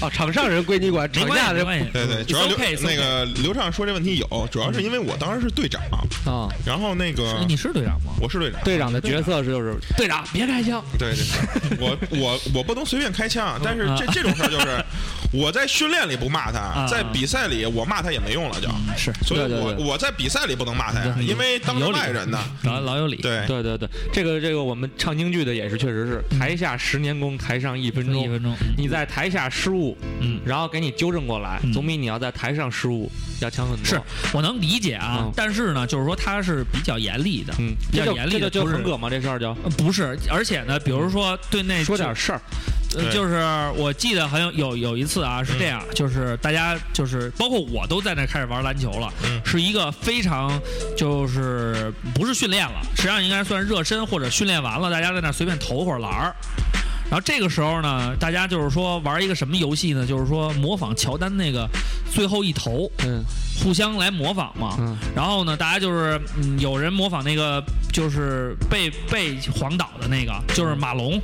哦，场上人归你管，
没
场
关
下
系，没
人
关系。
对 对，主要
It's
刘
okay, it's okay
那个刘畅说这问题有，主要是因为我当时是队长，
啊，
然后那个
哎你是队长吗？
我是队长，
队长的角色是就是队长，别开枪，
对对，对 我我我不能随便开枪，啊但是这这种事儿就是我在训练里不骂他，在比赛里我骂他也没用了，就。
是，
所以
对对
我
对
我在比赛里不能骂他呀，因为当着外人呢。
老老有理。
对，
对对对，这个这个我们唱京剧的也是，确实是台下十年功，台上一分
嗯一
钟。
分钟，
你在台下失误，
嗯，
然后给你纠正过来，
嗯
总比你要在台上失误要强很多。
是我能理解啊
嗯，
但是呢，就是说他是比较严厉的，
嗯，
比
这
较
就
严厉
这
的，
就
不
就
是
很葛吗？这事儿就
呃不是，而且呢，比如说对那
说点事儿，
呃
对嗯
就是我记得好像有有一次啊，是这样，就是大家就是包括我都在那开始玩篮球了，
嗯
是一个非常就是不是训练了，实际上应该算热身或者训练完了，大家在那随便投会儿篮儿。然后这个时候呢，大家就是说玩一个什么游戏呢？就是说模仿乔丹那个最后一投，
嗯
互相来模仿嘛。
嗯
然后呢，大家就是、嗯、有人模仿那个就是被被黄岛的那个，就是马龙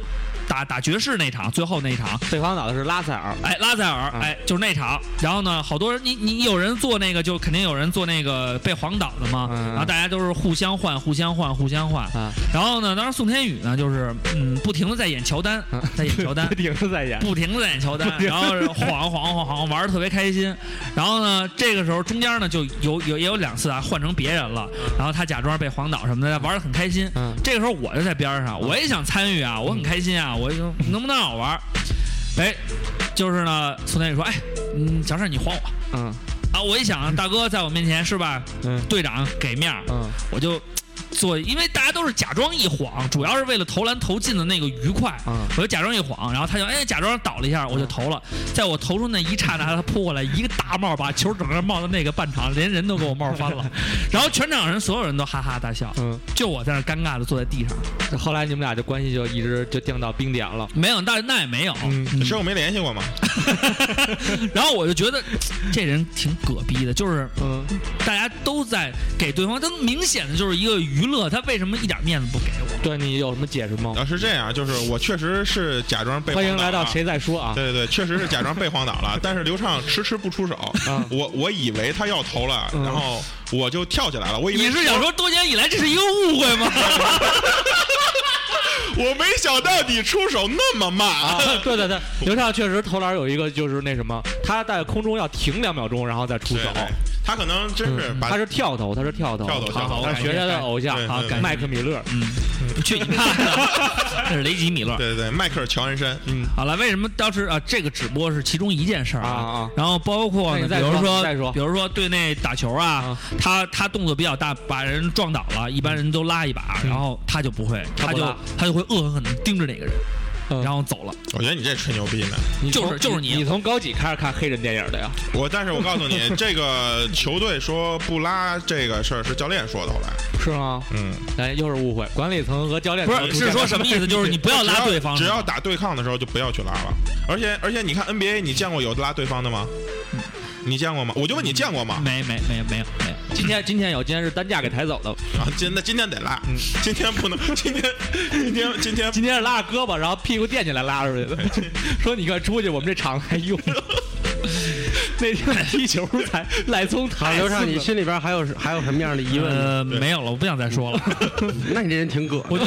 打打爵士那场最后那场，
被防倒的是拉塞 尔，
哎，拉塞尔，
嗯
哎，就是那场。然后呢，好多人，你你有人做那个，就肯定有人做那个被黄倒的嘛。
嗯
然后大家都是互相换，互相换，互相换。
啊
然后呢，当时宋天宇呢，就是嗯，不停的在演乔丹，
嗯
在演乔丹
不。停的在演，
不停的在演乔丹，然后是晃啊晃晃晃，玩的特别开心。然后呢，这个时候中间呢就有有也有两次啊换成别人了，然后他假装被晃倒什么的，玩的很开心。
嗯
这个时候我就在边上，我也想参与啊，我很开心啊，我就能不能让我玩？哎，就是呢，宋天宇说，哎，嗯，小盛你晃我
嗯
啊！我一想，大哥在我面前是吧？
嗯
队长给面儿，
嗯
我就做，因为大家都是假装一晃，主要是为了投篮投进的那个愉快。
嗯，
我就假装一晃，然后他就哎假装倒了一下，我就投了。在我投出那一刹那，他扑过来一个大帽，把球整个帽到那个半场，连人都给我帽翻 了。然后全场人所有人都哈哈大笑，
嗯，
就我在那儿尴尬的坐在地上。
后来你们俩就关系就一直就定到冰点了，
没有，但那也没有。
嗯
这事儿我没联系过嘛。
然后我就觉得这人挺葛逼的，就是
嗯，
大家都在给对方，他明显的就是一个娱乐，他为什么一点面子不给我？
对你有什么解释吗？
要是这样，就是我确实是假装呃被
哦欢迎
晃倒
来到
了
谁在说啊？
对对对，确实是假装被晃倒 了，但是刘畅迟迟不出手
啊。
我我以为他要投了，
嗯
然后我就跳起来了。我以为
你是想说多年以来这是一个误会吗？
我没想到你出手那么慢
啊
啊！，
对对对，刘畅确实投篮有一个就是那什么，他在空中要停两秒钟，然后再出
对
手。
对，他可能真是
嗯
把
他是跳投，他是跳投，
跳投
好
跳投
他是学他的偶像
对
啊
对对，
麦克米勒。
嗯，去你妈的！ 这是雷吉米勒。
对对对，迈克尔乔恩森，
好了，为什么当时啊？这个只不过是其中一件事儿
啊啊
然后包括呢，
那
比
你再
如
说
说，
再说
比如说对那打球啊
啊，
他他动作比较大，把人撞倒了，一般人都拉一把，然后他就不会，
嗯他
他
不
就
拉
他就会恶狠狠地盯着那个人，
嗯
然后走了。
我觉得你这吹牛逼呢。
你从
就是就是你
你从高几开始看黑人电影的呀？
我但是我告诉你， 这个球队说不拉这个事儿是教练说的，后来，
是吗？
嗯，
哎，又是误会，管理层和教练
不
层
是，
出
是
现
说
了
什么意思？就是你不要
只
拉对方，
只
是吧
要打对抗的时候就不要去拉了。而且而且，你看 NBA，你见过有拉对方的吗？你见过吗？我就问你见过吗？
没没没没有没有。
今天今天有，今天是担架给抬走的，
啊，今那今天得拉，今天不能，今天今天今天
今天是拉着胳膊，然后屁股垫起来拉出去的， 说你快出去，我们这场子还用。那天踢球才赖聪
好，
抬
刘畅，
四
你
个
心里边还有还有什么样的疑问呢？
呃，没有了，我不想再说了。
那你这人挺葛的，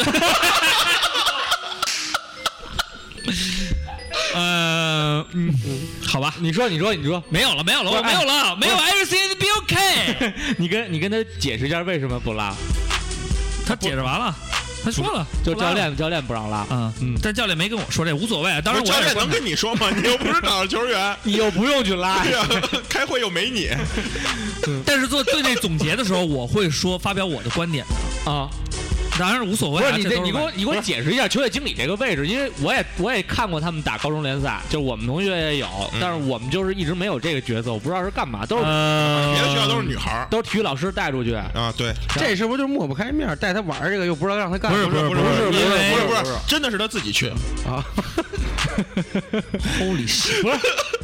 呃，嗯，好吧，
你说你说你说，
没有了，没有
哎
了，我没有了，没有 everything be okay。
你跟你跟他解释一下为什么不拉？
他解释完了，他说了，
就
不拉
教
了
练教练不让拉，
嗯
嗯，，
但教练没跟我说这无所谓，当然
不是教
我也
练
观察
能跟你说吗？你又不是打球员
你又不用 去拉
对呀，开会又没你。
但是做对那总结的时候，我会说发表我的观点，
啊！
当然是无所
不
谓、啊。
是你
这
这
都
你给我你给我解释一下球队经理这个位置，因为我也我也看过他们打高中联赛，就是我们同学也有，
嗯
但是我们就是一直没有这个角色，我不知道是干嘛，都是
呃，
别的学校都是女孩儿
都是体育老师带出去。
啊，对，
这是不是就是抹不开面儿，带他玩儿这个又不知道让他干
不是
什么
不是
不是不
是
是
不是
不是
不
不是，真的是他自己去，
啊？
Holy shit！
不是，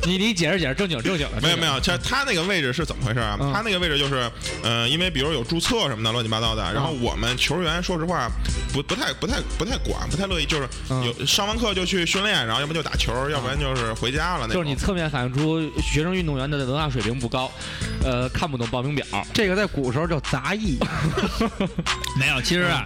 你你解释解释，正经正嗯经的。
没有没
有，
有，其实他那个位置是怎么回事啊？
嗯
他那个位置就是，呃，因为比如有注册什么的乱七八糟的，然后我们球员说实话，不不太不太不太管，不太乐意，就是
嗯
有上完课就去训练，然后要不就打球，要不然就是回家了
就
那
是
种。
你侧面反映出学生运动员的文化水平不高，呃，看不懂报名表。
这个在古时候叫杂役，
啊没有，其实啊，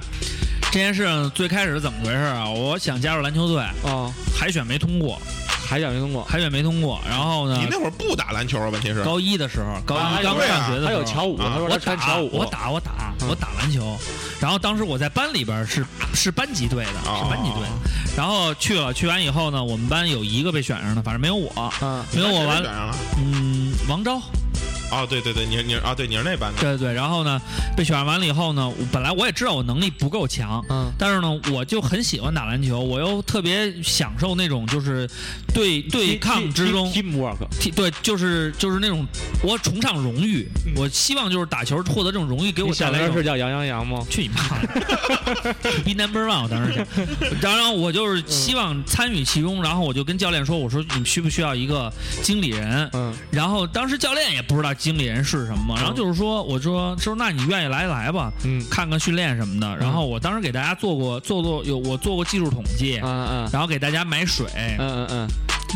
这件事情最开始是怎么回事啊？我想加入篮球队，
哦，
海选没通过，
还想运动过，
海选没通过。然后呢
你，那会儿不打篮球啊？问题是，
高一的时候，高
啊
一刚
对啊
上学的时候，
还有乔舞，
啊
他说
我
他
打
穿乔舞，
我打我打我打篮球，然后当时我在班里边是是班级队的，
哦
是班级队的，然后去了，去完以后呢，我们班有一个被选上的，反正没有我，
嗯，
没有我
完
完
选，上了。
嗯，王钊，
哦，对对对，你是你是啊，对你是那班的。
对对对，然后呢，被选上完了以后呢，我本来我也知道我能力不够强，
嗯，
但是呢，我就很喜欢打篮球，我又特别享受那种就是对对抗之中
team work，
踢对，就是就是那种我崇尚荣誉，我希望就是打球获得这种荣誉给我
嗯你
带
想
来一
的
种
是叫杨洋洋吗？
去你妈的 ！Be number one，我当时想，当然我就是希望参与其中，然后我就跟教练说，我说你们需不需要一个经理人？
嗯，
然后当时教练也不知道经理人是什么，然后就是说，我说说那你愿意来来吧，
嗯，
看看训练什么的。然后我当时给大家做过做做有我做过技术统计。
嗯嗯
然后给大家买水，
嗯嗯嗯，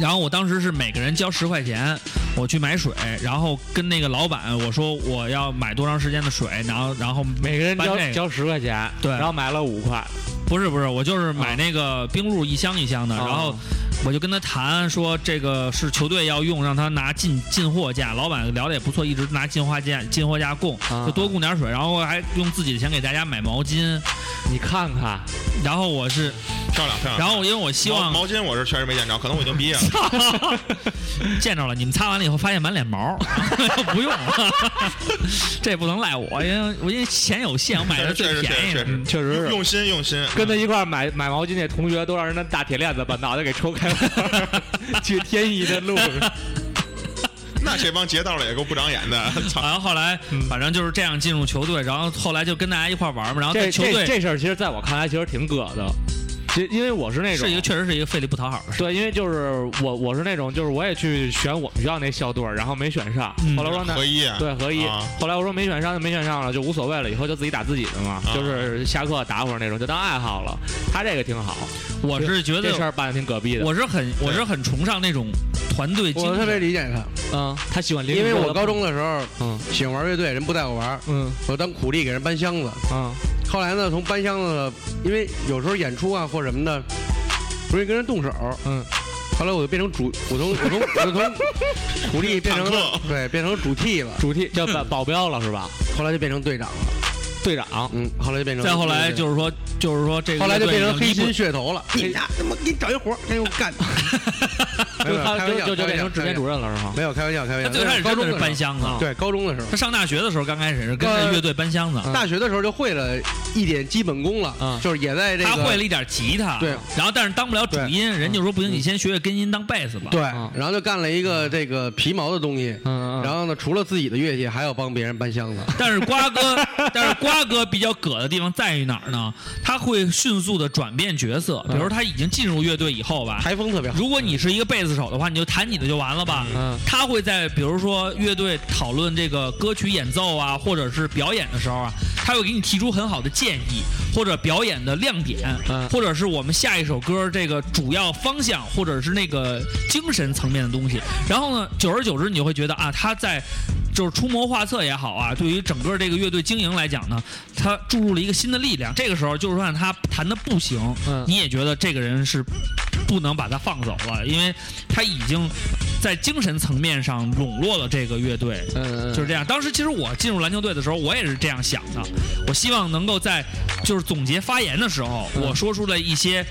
然后我当时是每个人交十块钱，我去买水，然后跟那个老板我说我要买多长时间的水，然后然后
每个人
搬
交
这个
交十块钱，
对啊
然后买了五块，
不是不是，我就是买那个冰露一箱一箱的，
啊哦
然后我就跟他谈说这个是球队要用，让他拿进进货价。老板聊的也不错，一直拿进货价进货价供，
啊
就多供点水，然后还用自己的钱给大家买毛巾。
你看看，
然后我是，
漂亮
啊
漂亮。
然后因为我希望
毛毛巾我是确实没见着，可能我已经毕业了。
见着了，你们擦完了以后发现满脸毛， 不用 了，这也不能赖我，因为我因为钱有限，我买的最
确实确实
便宜
确实
的。
确实是。
用心用心，
跟他一块儿买买毛巾那同学都让人那大铁链子把脑袋给抽开了， 去天意的路上。
那这帮劫道的也够不长眼的。操！
然后后来，
嗯
反正就是这样进入球队，然后后来就跟大家一块儿玩嘛，然后在
这
球
这
队
这事儿其实在我看来其实挺葛的，其实因为我是那种
是一个确实是一个费力不讨好的事。
对，因为就是我我是那种就是我也去选我们学校那校队儿，然后没选上
嗯，
后来我说那。
合一啊，
对合一
啊，
后来我说没选上就没选上了，就无所谓了，以后就自己打自己的嘛
啊，
就是下课打会儿那种，就当爱好了。他这个挺好，
我是觉
这事
得，
儿办的挺葛逼的。
我是很我是很崇尚那种团队精
我特别
神。
理解他，
嗯，他喜欢林，
因为我高，中的时候
嗯
喜欢玩乐队，人不带我玩，
嗯
我当苦力给人搬箱子。
嗯
后来呢，从搬箱子，因为有时候演出啊或什么的，容易跟人动手。
嗯，
后来我就变成主，我从我从我就从苦力变成
坦
了对变成主 T 了，
主题叫保保镖了是吧？
后来就变成队长了。
队长，
嗯，后来就变成
再后来
对
就是说，就是说这个
后来就
乐队
变成
已
黑
经
心噱头了。哎
黑
你呀，他妈给你找一活儿，给我干。没
就
有开
他
玩
就
笑
就就
开玩
变
笑
成制片主任了是吗？
没有开玩笑，开玩
他
笑。
最开始
高
真
中
的
的
是搬
时
箱子
候，，对高中的时候，
他上大学的时候刚开始是跟着乐队搬箱子，
呃大学的时候就会了一点基本功了
嗯，
就是也在这个
他会了一点吉他，
对，嗯
然后但是当不了主音，人就说不行，你先学学根音当贝斯吧。
对，
嗯
然后就干了一个这个皮毛的东西。
嗯嗯，
然后呢，除了自己的乐器，还要帮别人 搬箱子。
但是瓜 哥，但是瓜哥比较葛的地方在于哪儿呢？他会迅速的转变角色，比如他已经进入乐队以后吧，
台风特别好，
如果你是一个贝斯手的话，你就弹你的就完了吧。
嗯
他会在比如说乐队讨论这个歌曲演奏啊，或者是表演的时候啊，他会给你提出很好的建议，或者表演的亮点，
嗯
或者是我们下一首歌这个主要方向，或者是那个精神层面的东西。然后呢，久而久之，你就会觉得啊，他在。就是出谋划策也好啊，对于整个这个乐队经营来讲呢，他注入了一个新的力量。这个时候，就算他弹的不行，
嗯
你也觉得这个人是不能把他放走了，因为他已经在精神层面上笼络了这个乐队。
嗯嗯，
就是这样。当时其实我进入篮球队的时候，我也是这样想的。我希望能够在就是总结发言的时候，
嗯
我说出了一些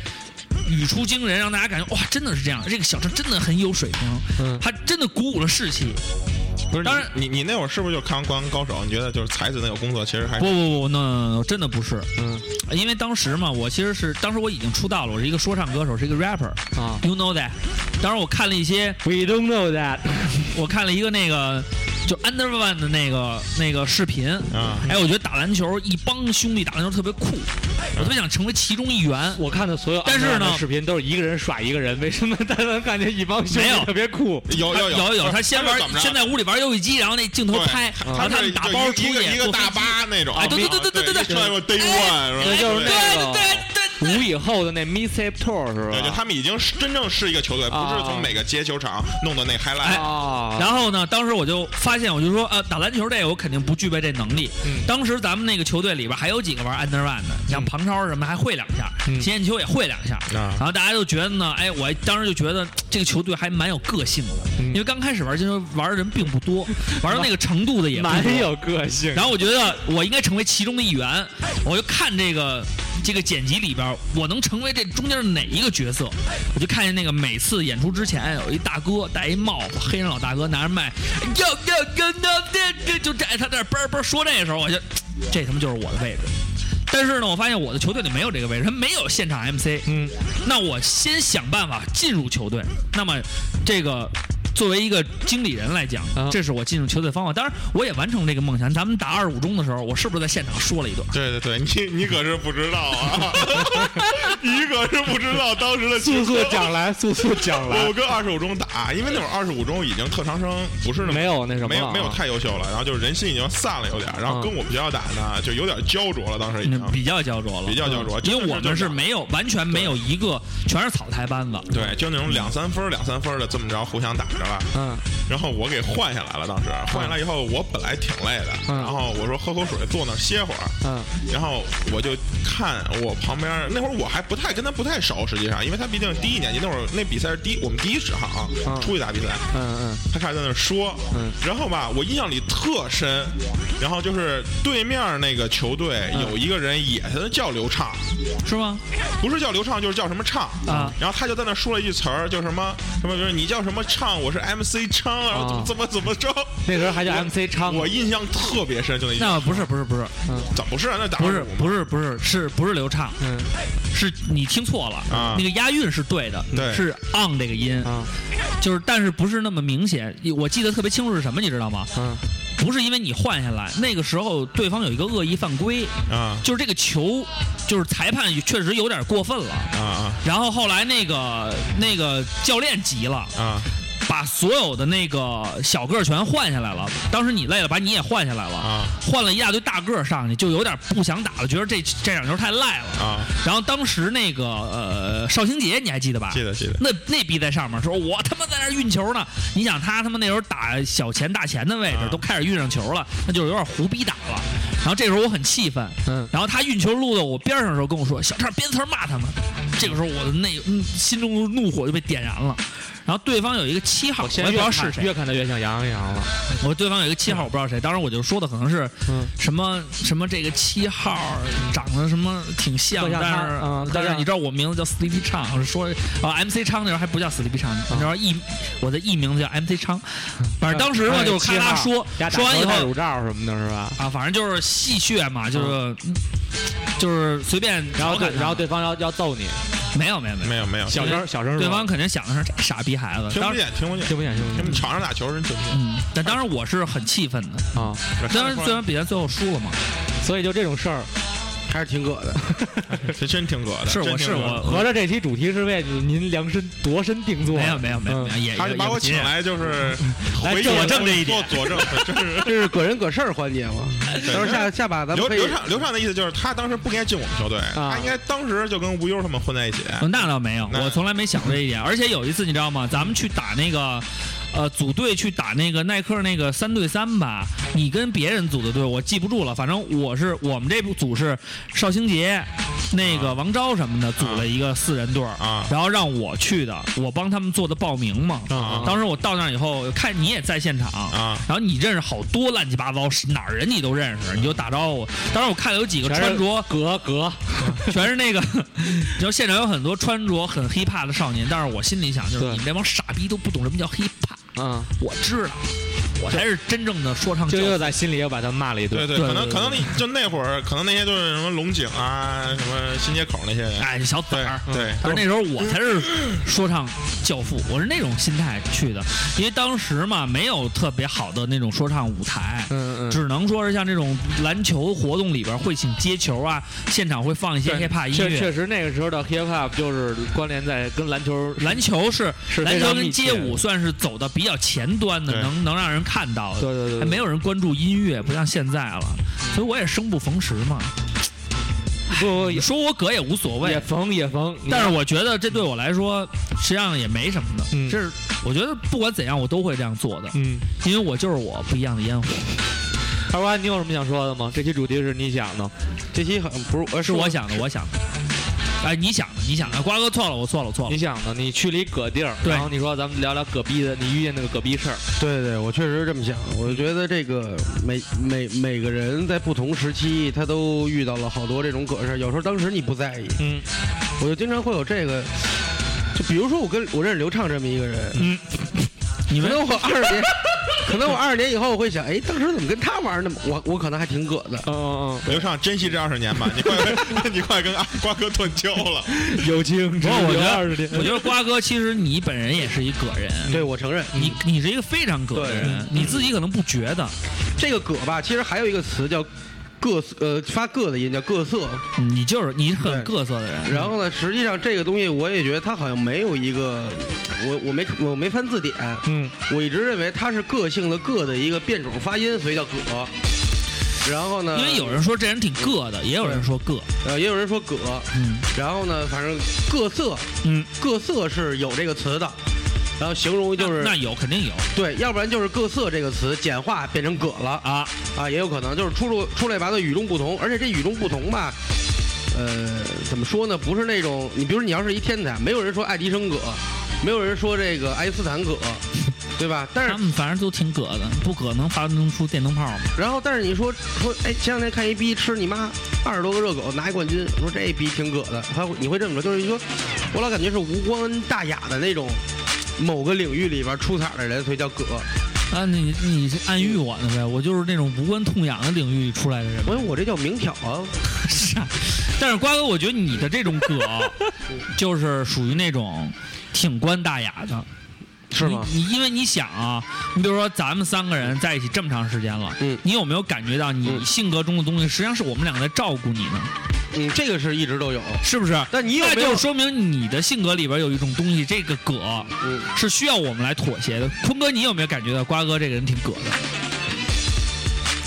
语出惊人，让大家感觉哇，真的是这样。这个小郑真的很有水平
嗯，
他真的鼓舞了士气。
不是，
当然
你你那会儿是不是就看完《灌篮高手》？你觉得就是才子那个工作其实还
不不不，no no no，真的不是，呃
嗯
因为当时嘛，我其实是当时我已经出道了，我是一个说唱歌手，是一个 rapper。
啊
You know that？当时我看了一些，
，We don't know that，
我看了一个那个就 Under One 的那个那个视频，
嗯
啊？
哎，我觉得打篮球一帮兄弟打篮球特别酷，我特别想成为其中一员。
我看的所有，
但是呢
视频都是一个人耍一个人，为什么 他们感觉一帮兄
没
弟
有
特别酷？
有有
有
有，
他先玩
是怎，么着
先在屋里玩游戏机，然后那镜头
对
拍，然后
他
他
是
们打包出
一个
去，
一个
坐飞
大
机
巴那种，
哎对对对对对对
上来说 day
哎
one，
对就是那
对
个
对对对，
五以后的那 Missy Tour 是
对，就
吧？
他们已经是真正是一个球队，不是从每个街球场弄的那 highlight。
啊，
然后呢，当时我就发现，我就说，呃，打篮球这个我肯定不具备这能力。当时咱们那个球队里边还有几个玩 under one 的，像庞超什么还会两下，秦砚秋也会两下。
啊
然后大家就觉得呢，哎，我当时就觉得这个球队还蛮有个性的，因为刚开始玩这球玩的人并不多，玩到那个程度的也不多
蛮有个性。
然后我觉得我应该成为其中的一员，我就看这个这个剪辑里边，我能成为这中间的哪一个角色？我就看见那个每次演出之前有一大哥戴一帽子，黑人老大哥拿着麦，哎哟哟哟哟，这这就这他在那叭叭说这个时候，我就这他妈就是我的位置。但是呢，我发现我的球队里没有这个位置，他没有现场 MC。嗯，那我先想办法进入球队。那么，这个作为一个经理人来讲，
啊
这是我进入球队的方法。当然，我也完成这个梦想。咱们打二五中的时候，我是不是在现场说了一段？
对对对，你你可是不知道 啊，你可是不知道当时的情
速
况
速讲来，速速讲来
我。跟二十五中打，因为那会儿二十五中已经特长生不是那么
没有那什么了啊
没有没有太优秀了，然后就是人心已经散了有点儿，然后跟我们学校打呢就有点焦灼了，当时已经
嗯比较焦灼了，
比较焦灼
嗯因为
真的是
我们
这
是
样
没有完全没有一个全是草台班子。
对，就那种两三分儿两三分儿的这么着互相打着了。
嗯，
然后我给换下来了，当时换下来以后，我本来挺累的，
嗯
然后我说喝口水，坐那儿歇会儿，
嗯，
然后我就看我旁边儿那会儿我还不太跟他不太熟，实际上，因为他毕竟第一年级那会儿那比赛是第一我们第一场
嗯
出去打比赛，
嗯
他开始在那儿说，
嗯
然后吧，我印象里特深，然后就是对面那个球队有一个人也他叫刘畅，
是吗？
不是叫刘畅就是叫什么畅
啊
然后他就在那说了一句词儿，叫什么什么，就是你叫什么畅，我是 MC 昌，然
啊
后怎么怎么怎么着，
那时候还叫
我
MC 昌呢
我印象特别深，就那一句，
那不是不是不是
怎么不是啊？那打
不是
我们
不是不是是不是流畅？
嗯
是你听错了，
啊
那个押韵是对的，
对
是 on 这个音，
啊
就是但是不是那么明显。我记得特别清楚是什么，你知道吗？
啊
嗯
不是因为你换下来，那个时候对方有一个恶意犯规，
啊
就是这个球，就是裁判确实有点过分了。
啊啊
然后后来那个那个教练急了，
啊
把所有的那个小个儿全换下来了。当时你累了，把你也换下来了，
啊
换了一大堆大个儿上去，就有点不想打了，觉得这这场球太赖了。
啊！
然后当时那个呃邵兴杰你还记得吧？
记得记得
那那逼在上面说，我他妈在那儿运球呢。你想他他妈那时候打小前大前的位置
啊
都开始运上球了，那就是有点胡逼打了。然后这时候我很气愤，
嗯
然后他运球路到我边上的时候跟我说：“小畅，别词儿骂他们。”这个时候我的那嗯心中的怒火就被点燃了。然后对方有一个七号，我也
现
不
在
知
越
道
看
是谁。
越看他越像杨洋洋了。
我对方有一个七号，我不知道谁。当时我就说的可能是
嗯
什么什么这个七号长得什么挺像
特，像他
但是、
嗯
但
特
是
像
你知道我名字叫 Sleepy 昌，说啊 MC 昌那时候还不叫 Sleepy 昌，
嗯
你知道艺我的艺名字叫 MC 昌。反正当时嘛就是咔
他
咔说说完以后
乳罩什么的是吧？
啊，反正就是戏谑嘛，就是、就是随便
嗯然后
调侃
对，
他
然后对方要要揍你，
没有没有没有，
没有没有，
小声小声说，
对方肯定想的是这傻逼孩子。
听
当
不
时
见听不见，
听不见，听不
他
见
们场上打球人听不见。
嗯，但当然我是很气愤的。
啊！
当然虽然比赛最后输了嘛，
所以就这种事儿，
还是挺葛的。
这真挺葛的，
是我
真挺
是
葛
我
的
合着这期主题是为您量身度身定做。
没有没有没有没有，
嗯
也
他
也
就把
也
我
不急
请来就是
来
回忆
佐
证这一点
做佐证，真是。
这是葛人葛事儿环节嘛？
对
到时候下下把咱
刘
们可以
刘畅刘畅的意思就是他当时不应该进我们球队，
啊
他应该当时就跟吴优他们混在一起。
哦那倒没有，
那
我从来没想过这一点。而且有一次，你知道吗？咱们去打那个，呃，组队去打那个耐克那个三对三吧，你跟别人组的队，我记不住了。反正我是我们这部组是邵兴杰、那个王钊什么的组了一个四人队儿
啊
然后让我去的，我帮他们做的报名嘛。
啊
当时我到那儿以后，看你也在现场
啊
然后你认识好多乱七八糟哪儿人你都认识，你就打招呼。当时我看有几个
嗯全是
穿着
格格
全是那个， 你知道现场有很多穿着很 hiphop 的少年，但是我心里想就是
对
你们这帮傻逼都不懂什么叫 hiphop，
嗯，
我知道，我才是真正的说唱
就
教
又
父。
在心里又把他骂了一顿
对。对，
对
可能
对
可能你就那会儿，可能那些就是什么龙井啊，什么新街口那些人，
哎，小崽
对
儿，
对，
但是那时候我才是说唱教父，我是那种心态去的，因为当时嘛没有特别好的那种说唱舞台，
嗯嗯
只能说是像这种篮球活动里边会请接球啊，现场会放一些
对
hiphop 音
确
乐。
确实那个时候的 hip hop 就是关联在跟篮球
篮球是
是
篮
非
球
常
跟
密切
街
的
舞算是走的比较前端的，
对
能能让人看到的。
对对对
还
对，
没有人关注音乐，不像现在了，所以我也生不逢时嘛。
不不也
你说我葛也无所
也
谓，
缝也缝，
但是我觉得这对我来说实际上也没什么的。
嗯
这是我觉得不管怎样我都会这样做的，
嗯，
因为我就是我不一样的烟火，
二瓜，你有什么想说的吗？这期主题是你想的，
这期很不是，呃
是我，想的，我想的。哎，你想的，你想的，瓜哥错了，我错了，我错了
你。想的，你去了一葛地儿，
哦对
然后你说咱们聊聊葛逼的，你遇见那个葛逼事儿，
对对，我确实这么想。我觉得这个每每每个人在不同时期，他都遇到了好多这种葛事儿。有时候当时你不在意，
嗯，
我就经常会有这个。就比如说我跟我认识刘畅这么一个人，
你们
可能我二十年，可能我二十年以后我会想，哎，当时怎么跟他玩呢？我我可能还挺葛的。
嗯嗯
刘畅，珍惜这二十年吧，你快你快跟瓜哥断交了。
嗯，友情
不是我觉得
二十天
我觉得瓜哥其实你本人也是一葛人，
对，我承认
你你是一个非常葛的人，你自己可能不觉得，
这个葛吧，其实还有一个词叫各色呃发各的音叫各色。
你就是你很
嗯对
各色的人。
然后呢，实际上这个东西我也觉得它好像没有一个，我我没我没翻字典，
嗯，
我一直认为它是个性的个的一个变种发音，所以叫葛。然后呢，
因为有人说这人挺各的，也有人说各，
呃也有人说葛，
嗯。
然后呢，反正各色
嗯，
各色是有这个词的，然后形容就是
那那有肯定有
对，要不然就是“各色”这个词简化变成“葛”了
啊，
啊，也有可能就是出入出类拔萃，与众不同。而且这与众不同吧，呃，怎么说呢？不是那种你，比如说你要是一天才，没有人说爱迪生葛，没有人说这个爱因斯坦葛，对吧？但是
他们反正都挺葛的，不葛能发明出电灯泡吗？
然后但是你说说，哎，前两天看一逼吃你妈二十多个热狗拿一冠军，说这逼挺葛的，他会你会这么说，就是说我老感觉是无关大雅的那种某个领域里边出彩的人，所以叫葛。
啊，你你是暗喻我呢呗？我就是那种无关痛痒的领域出来的人，
我说我这叫明挑啊，
是啊。但是瓜哥，我觉得你的这种葛， 就是属于那种挺官大雅的，
是吗？
你你因为你想啊，你比如说咱们三个人在一起这么长时间了，
嗯
你有没有感觉到你
嗯
性格中的东西，实际上是我们两个在照顾你呢？
嗯，这个是一直都有。
是不是？
但你有
那
没有
就说明你的性格里边有一种东西，这个葛
嗯，
是需要我们来妥协的。坤哥，你有没有感觉到瓜哥这个人挺葛的？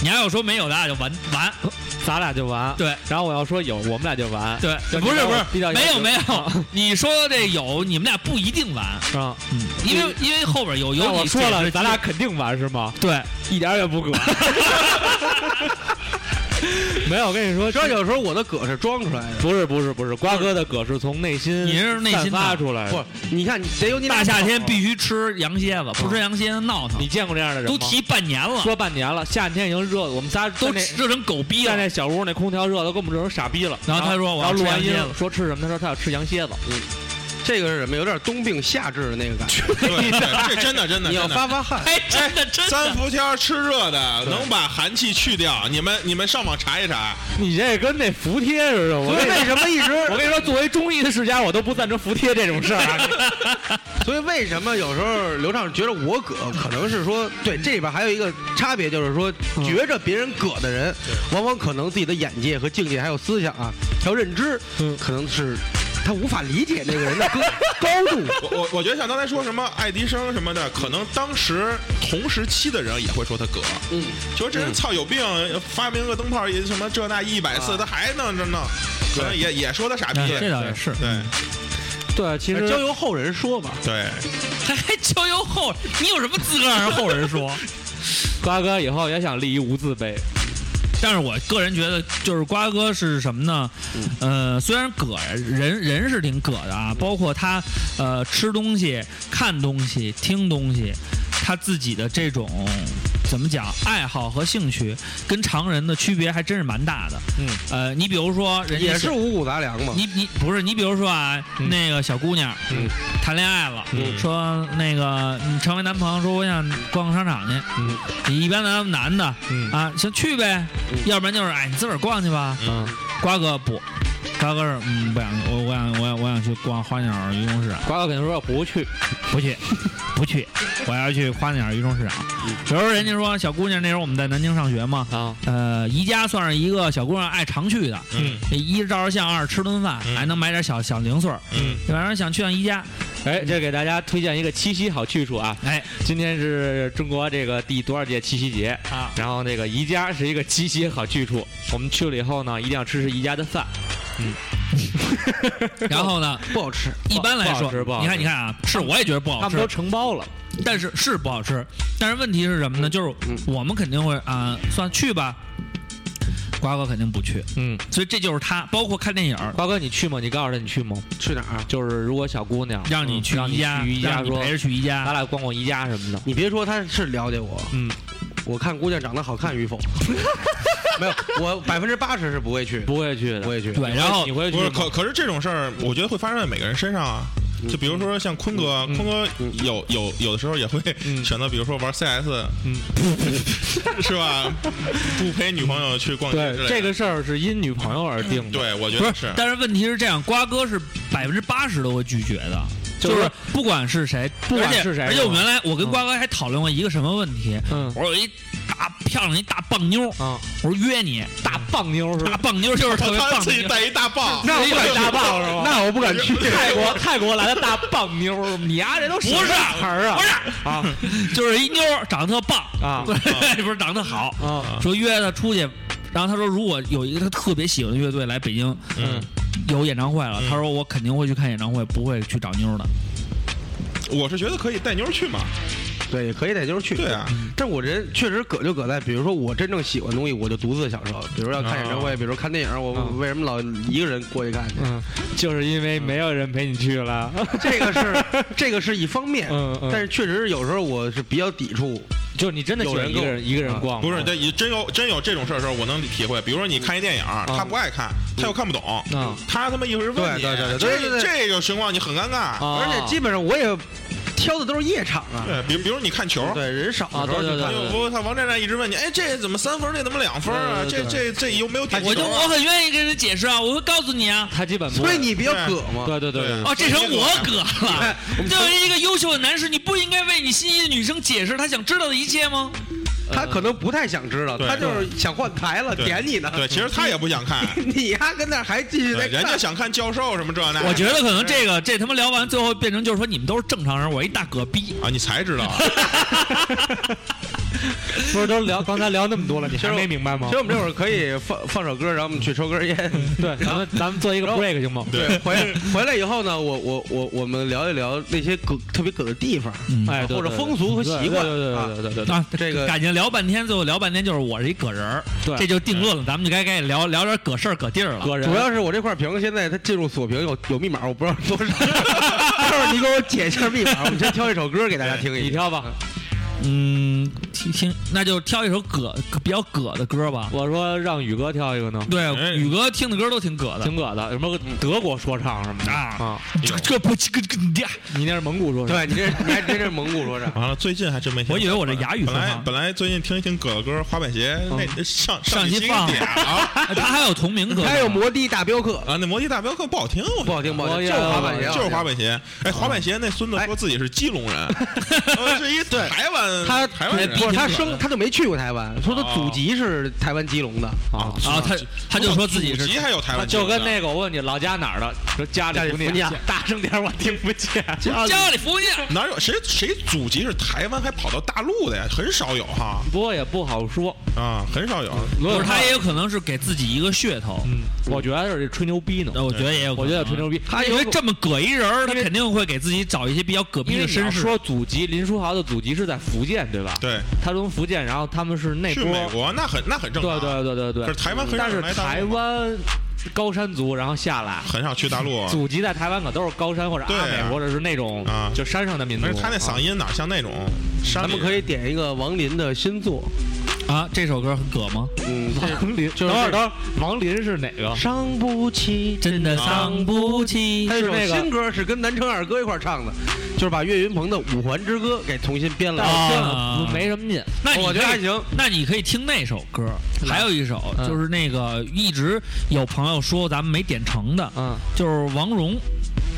你要有说没有，咱俩就完完。
咱俩就完。
对
然后我要说有，我们俩就完。
对，
就
不是
你
不
把
是
我逼，到一个
没有没
啊
有。你说的这有，你们俩不一定完，
啊，
因为因为后边有有
那
你
我说
这
了，
个
咱俩肯定完是吗？
对
一点儿也不葛。 没有，我跟你说，
主要有时候我的葛是装出来的。
不是不是不是，瓜哥的葛是从内心
你是内心的
散发出来的。
不，你看，得有你俩
哎大夏天必
须
须吃羊蝎子，不吃羊蝎子闹腾
你，见过这样的人
都
吗？
提半年了，
嗯说半年了，夏天已经热，我们仨
都
在那
热成狗逼
在
了。
那小屋那空调热的，给我们热成傻逼了。
然后他说我
然
要
后
吃
录完
羊
音
蝎子
说吃什么？他说他要吃羊蝎子。
这个是什么？有点冬病夏治的那个感觉。
对，对这真的真的
你要
真的
发发汗，
哎，真的真
三
的，
伏天儿吃热的，能把寒气去掉。你们你们上网查一查，
你这跟那服帖似的。我
所以
跟你
为什么一直？
我跟你说，作为中医的世家，我都不赞成服帖这种事儿啊。
所以为什么有时候刘畅觉得我葛，可能是说对这里边还有一个差别，就是说
嗯
觉着别人葛的人，往往可能自己的眼界和境界还有思想啊，还有认知，
嗯
可能是他无法理解那个人 的高高度。
我我我觉得像刚才说什么爱迪生什么的，可能当时同时期的人也会说他葛，
嗯，
就说这人操有病，发明个灯泡也什么这那一百次，他还弄这弄，可能也也说他傻逼。
啊哎这倒也是。
对
对，其
交由后人说吧。
对，
还交由哎后，你有什么资格让 人后人说？
瓜哥以后也想立一无字碑。
但是我个人觉得，就是瓜哥是什么呢？呃，虽然葛人人是挺葛的啊，包括他呃吃东西、看东西、听东西，他自己的这种怎么讲，爱好和兴趣跟常人的区别还真是蛮大的。
嗯，
呃，你比如说人家
也是五谷杂粮嘛。
你你不是你，比如说啊，那个小姑娘，
嗯
谈恋爱了，
嗯
说那个你成为男朋友，说我想逛个商场去，
嗯
你一般咱们男的，
嗯
啊，行去呗，要不然就是哎，你自个儿逛去吧。
嗯，
瓜哥不，瓜哥是嗯不想，我我想我想我想去逛花鸟鱼虫市场，
嗯
瓜哥肯定说不去，
不去，不去，我要去花鸟鱼虫市场。
嗯
有时候人家说小姑娘，那时候我们在南京上学嘛，
啊，
呃，宜家算是一个小姑娘爱常去的，
嗯
一是照照相，二是吃顿饭，
嗯
还能买点小小零碎儿。
嗯，
晚上想去趟宜家，
哎，这给大家推荐一个七夕好去处啊！
哎，
今天是中国这个第多少届七夕节
啊？
然后那个宜家是一个七夕好去处，我们去了以后呢，一定要吃吃宜家的饭，
然后呢，
不好吃，
一般来
不
说
好吃不好，吃
你看你看啊，是我也觉得不好
他们都
吃，
承包了，
但是是不好吃，但是问题是什么呢？就是我们肯定会啊，算去吧。瓜哥肯定不去，
嗯，
所以这就是他，包括看电影儿，
瓜哥，你去吗？你告诉他你去吗？
去哪儿啊？
就是如果小姑娘嗯
让你去
让
宜家，
去宜家
让你
说
陪，着去宜
咱
家，
俩逛逛宜家什么的。
你别说，他是了解我，
嗯，
我看姑娘长得好看 与否，没有，我百分之八十是不会去，
不会去的，
不会去。
对，然后
你会去
不是，
吗嗯
可可是这种事儿，我觉得会发生在每个人身上啊。就比如说像坤哥，啊坤哥
嗯
有有有的时候也会
嗯
选择，比如说玩 CS，是吧？不陪女朋友去逛街
对
之类的。
这个事儿是因女朋友而定的，
对，我觉得
不
是。
但是问题是这样，瓜哥是百分之八十都会拒绝的，
就是
是不管是谁，不
管是谁
而且
是吧
我原来我跟瓜哥还讨论过一个什么问题，
嗯
我说有一大漂亮一大棒妞，
啊，
我说约你，
大棒妞是
大
吧？
棒妞就是特别
他
棒
自己
妞。
带一大棒，
那我不敢大棒是吧？
那我不 敢去，
泰国泰国来的大棒妞儿，你丫、这都什么
不是
词儿啊？
不是
啊
就是一妞儿长得特棒，
啊
对，不是长得特好，
啊！
说约她出去，然后她说如果有一个她特别喜欢的乐队来北京
嗯，
有演唱会了，
嗯
她说我肯定会去看演唱会，不会去找妞儿的。
我是觉得可以带妞儿去嘛。
对，也可以带妞儿去。
对啊，
嗯
但我人确实葛就葛在，比如说我真正喜欢的东西，我就独自享受。比如说要看演唱会，比如说看电影，我
啊嗯
为什么老一个人过去看去？
嗯，就是因为没有人陪你去 了。
这个是这个是一方面，
嗯嗯，
但是确实是有时候我是比较抵触。
就是你真的喜欢一啊个
有人
人一个人
嗯
逛吗，
不是，但也真有真有这种事儿的时候，我能体会。比如说你看一电影，他不爱看，他又看不懂
嗯，
他他妈一会儿问你，
对对对对对
这
对
这种情况你很尴尬。
啊，
而且基本上我也挑的都是夜场啊，
对，比如比如你看球，
对人少
啊
的时候
对对对
就
他
看
又不，他王站站一直问你，哎，这怎么三分儿？那怎么两分儿啊？
对
这
对
这这又没有点
我就
球啊
我很愿意跟人解释啊，我会告诉你啊。
他基本不
所
会
以你啊比较葛嘛。
对对对嗯对
对
哦，这成我葛了。作为一个优秀的男士，你不应该为你心仪的女生解释她想知道的一切吗？
他可能不太想知道，
对
他就是想换台了，
对
点你呢。
对，其实他也不想看，
你丫跟那儿还继续在
对人家
看，
想看教授什么这那。
我觉得可能这个这他妈聊完，最后变成就是说你们都是正常人，我一大葛逼。
啊，你才知道啊，
不是都聊刚才聊那么多了，你还没明白吗
其实？我们这会儿可以放放首歌，然后我们去抽根烟。
对，咱们咱们做一个 break 行吗？
嗯对，
回回来以后呢，我我我我们聊一聊那些葛特别葛的地方，
嗯
哎，对
或者
对
风俗和习
对对
惯
对对对对对
啊，
这个
感情聊半天，最后聊半天就是我是一葛人儿，
对
这就定论了，咱们就该该聊聊点葛事儿、葛地儿了。
个人
主要是我这块屏现在它进入锁屏有有密码，我不知道 多少。待会儿你给我解一下密码，我们先挑一首歌给大家听一
你
听。
挑吧。
嗯，听听，那就挑一首葛比较葛的歌吧。
我说让宇哥挑一个呢，
哎
对，宇哥听的歌都挺葛的
挺葛的，什么德国说唱什么的
啊，
啊？
这这不这个这个呀，
你那是蒙古说唱？
对你这你还真是蒙古 说唱，
完了，最近还真没听。
我以为我这哑语
本
说
来
唱
本来最近听一听葛的歌，滑板鞋那上
上
期
期
给
放
点了啊，
哎他还有同名歌呢，
还有摩的大镖客，
啊那摩的大镖客不好听，我
不好听不好
哎
听，
呀
就是滑板鞋，
就是滑。板鞋。哎，滑板鞋那孙子说自己是基隆 人，呃是一台湾，
他
台湾人
不是他生他就没去过台湾，
哦
说他祖籍是台湾基隆的。
啊，
啊，他他就说自己
祖籍
是
还有台湾基
就
隆的，啊
跟那个我问你老家哪儿的，说家
家
里
里
不
不
念
念，
大声点儿我听不 见。
家里福建啊
哪有谁谁祖籍是台湾还跑到大陆的呀？很少有哈
不过也不嗯好说，
啊，很少有。
不
不
是他也有可能是给自己一个噱头，
我觉得是吹牛逼呢
呃，我觉得也有可
我
能，
觉得吹牛逼。
嗯他
因
有
为这么葛一人儿，他
因为
肯定会给自己找一些比较葛逼
因为
的
你要
身世。
说祖籍，林书豪的祖籍是在福建，对吧？
对，
他从福建，然后他们是那
去
波，
美国那很那很正常。
对对对对对
可是。台湾很少
但
人
是
来大
台
陆嘛。
湾高山族，然后下来，
很少去大陆。
祖籍在台湾可都是高山或者阿
对
美
啊
或者是那种
啊
就山上的民族。
而且他那嗓
啊，
音哪像那种山
咱
里
们可以点一个王林的新作，
啊，这首歌很葛吗？
嗯，
王林，
就
等
是
会儿等会儿，王林是哪个？
伤不起。
真的伤不起
他。有
是那
一首
个
新歌是跟南城二哥一块儿唱的，就是把岳云鹏的《五环之歌》给重新编了。
啊
真的不没什么劲。
那你
我觉
可
得
以
还行。
那你可以听那首歌，还有一首
嗯
就是那个一直有朋友说咱们没点成的，
嗯，
就是王蓉，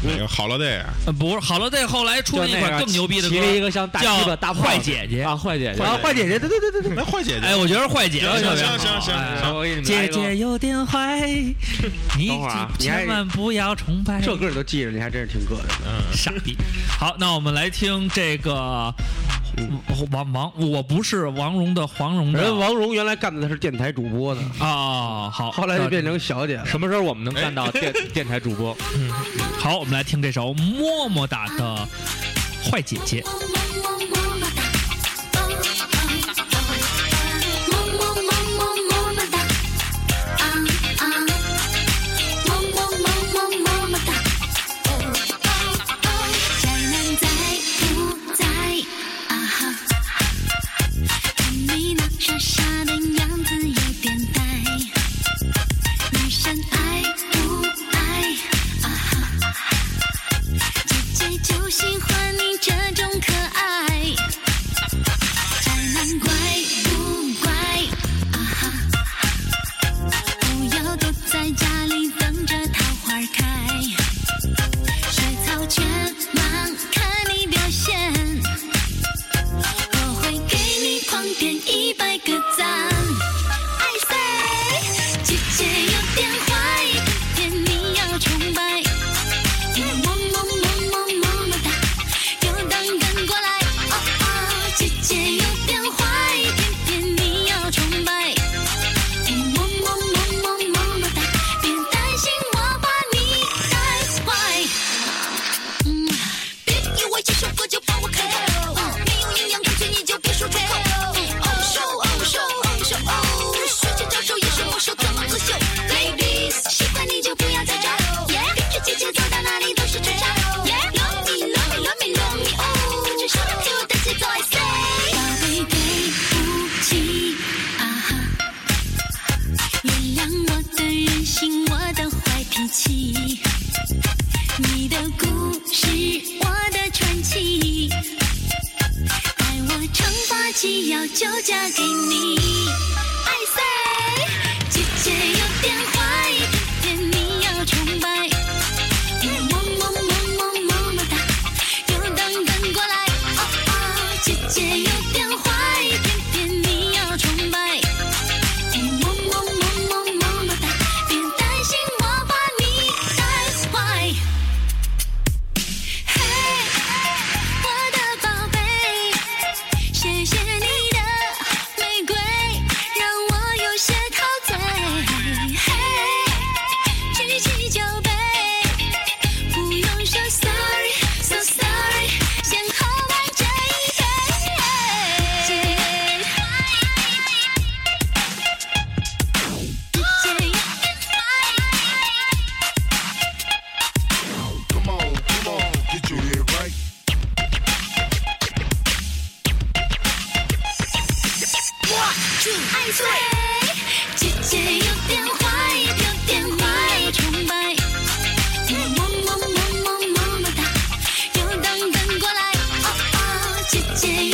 那个哎好了得，
呃不是好了，再后来出
就
了一
那
款
个
更牛逼的
骑了一
歌，
个像大鸡巴
叫
大
《
胖
坏
子
姐姐》。
啊，坏姐姐
然后坏姐姐，对对对对对，
那坏姐姐，
哎，我觉得坏姐姐
行
特
行
别
行
好哎
行行行，
我给你们来
姐
一个
姐有点 坏，你
等会儿啊
你还
千万不要崇拜。
这歌你都记着，你还真是挺膈应。
嗯，
傻逼。好，那我们来听这个王王，我不是王蓉的黄蓉的
人王蓉原来干的是电台主播呢，
啊，好，
后来就变成小姐了。
什么时候我们能
哎
干到电电台主播？
好，我们来听这首么么哒的《坏姐姐》。
啊傻的样子有点呆，女生爱不爱？啊哈。姐姐就喜欢你这种可爱，宅男乖不乖？啊哈，不要躲在家里等着桃花开，水草全忙，看你表现，我会给你狂点一百个赞。爱塞，姐姐有点坏，不骗你要崇拜。我么么么么么么哒，要当跟过来。哦哦，姐姐有点坏，偏偏你要崇拜。我么么么么么么哒，别担心，我把你带坏。嗯，别以为这首歌就把我开透，没有营养干脆你就别说出口。哦手哦手哦手哦，说起招手也是魔手，怎么作秀？Ladies，喜欢你就不要再找，跟着姐姐走到哪里都是传唱。Love me love me love me love me 哦，这首歌给我的节奏 I say，宝贝对不起啊哈，原谅我的任性，我的坏脾气。你的故事，我的传奇，待我长发及腰就嫁给你。爱塞，姐姐有点坏，偏偏你要崇拜。么么么么么么哒，要当跟过来。哦哦，姐姐有点坏，偏偏你要崇拜。么么么么么么哒，别担心，我把你带坏。嘿，我的宝贝，谢谢你的玫瑰，让我有些陶醉。嘿，举起酒杯，不用说 sorry，so sorry，先喝完这一杯。DJ，
Come on, come on, get your head right.
One, two, three。姐姐有点坏，有点坏，崇拜。么么么么么么哒，要当跟过来。哦哦，姐姐有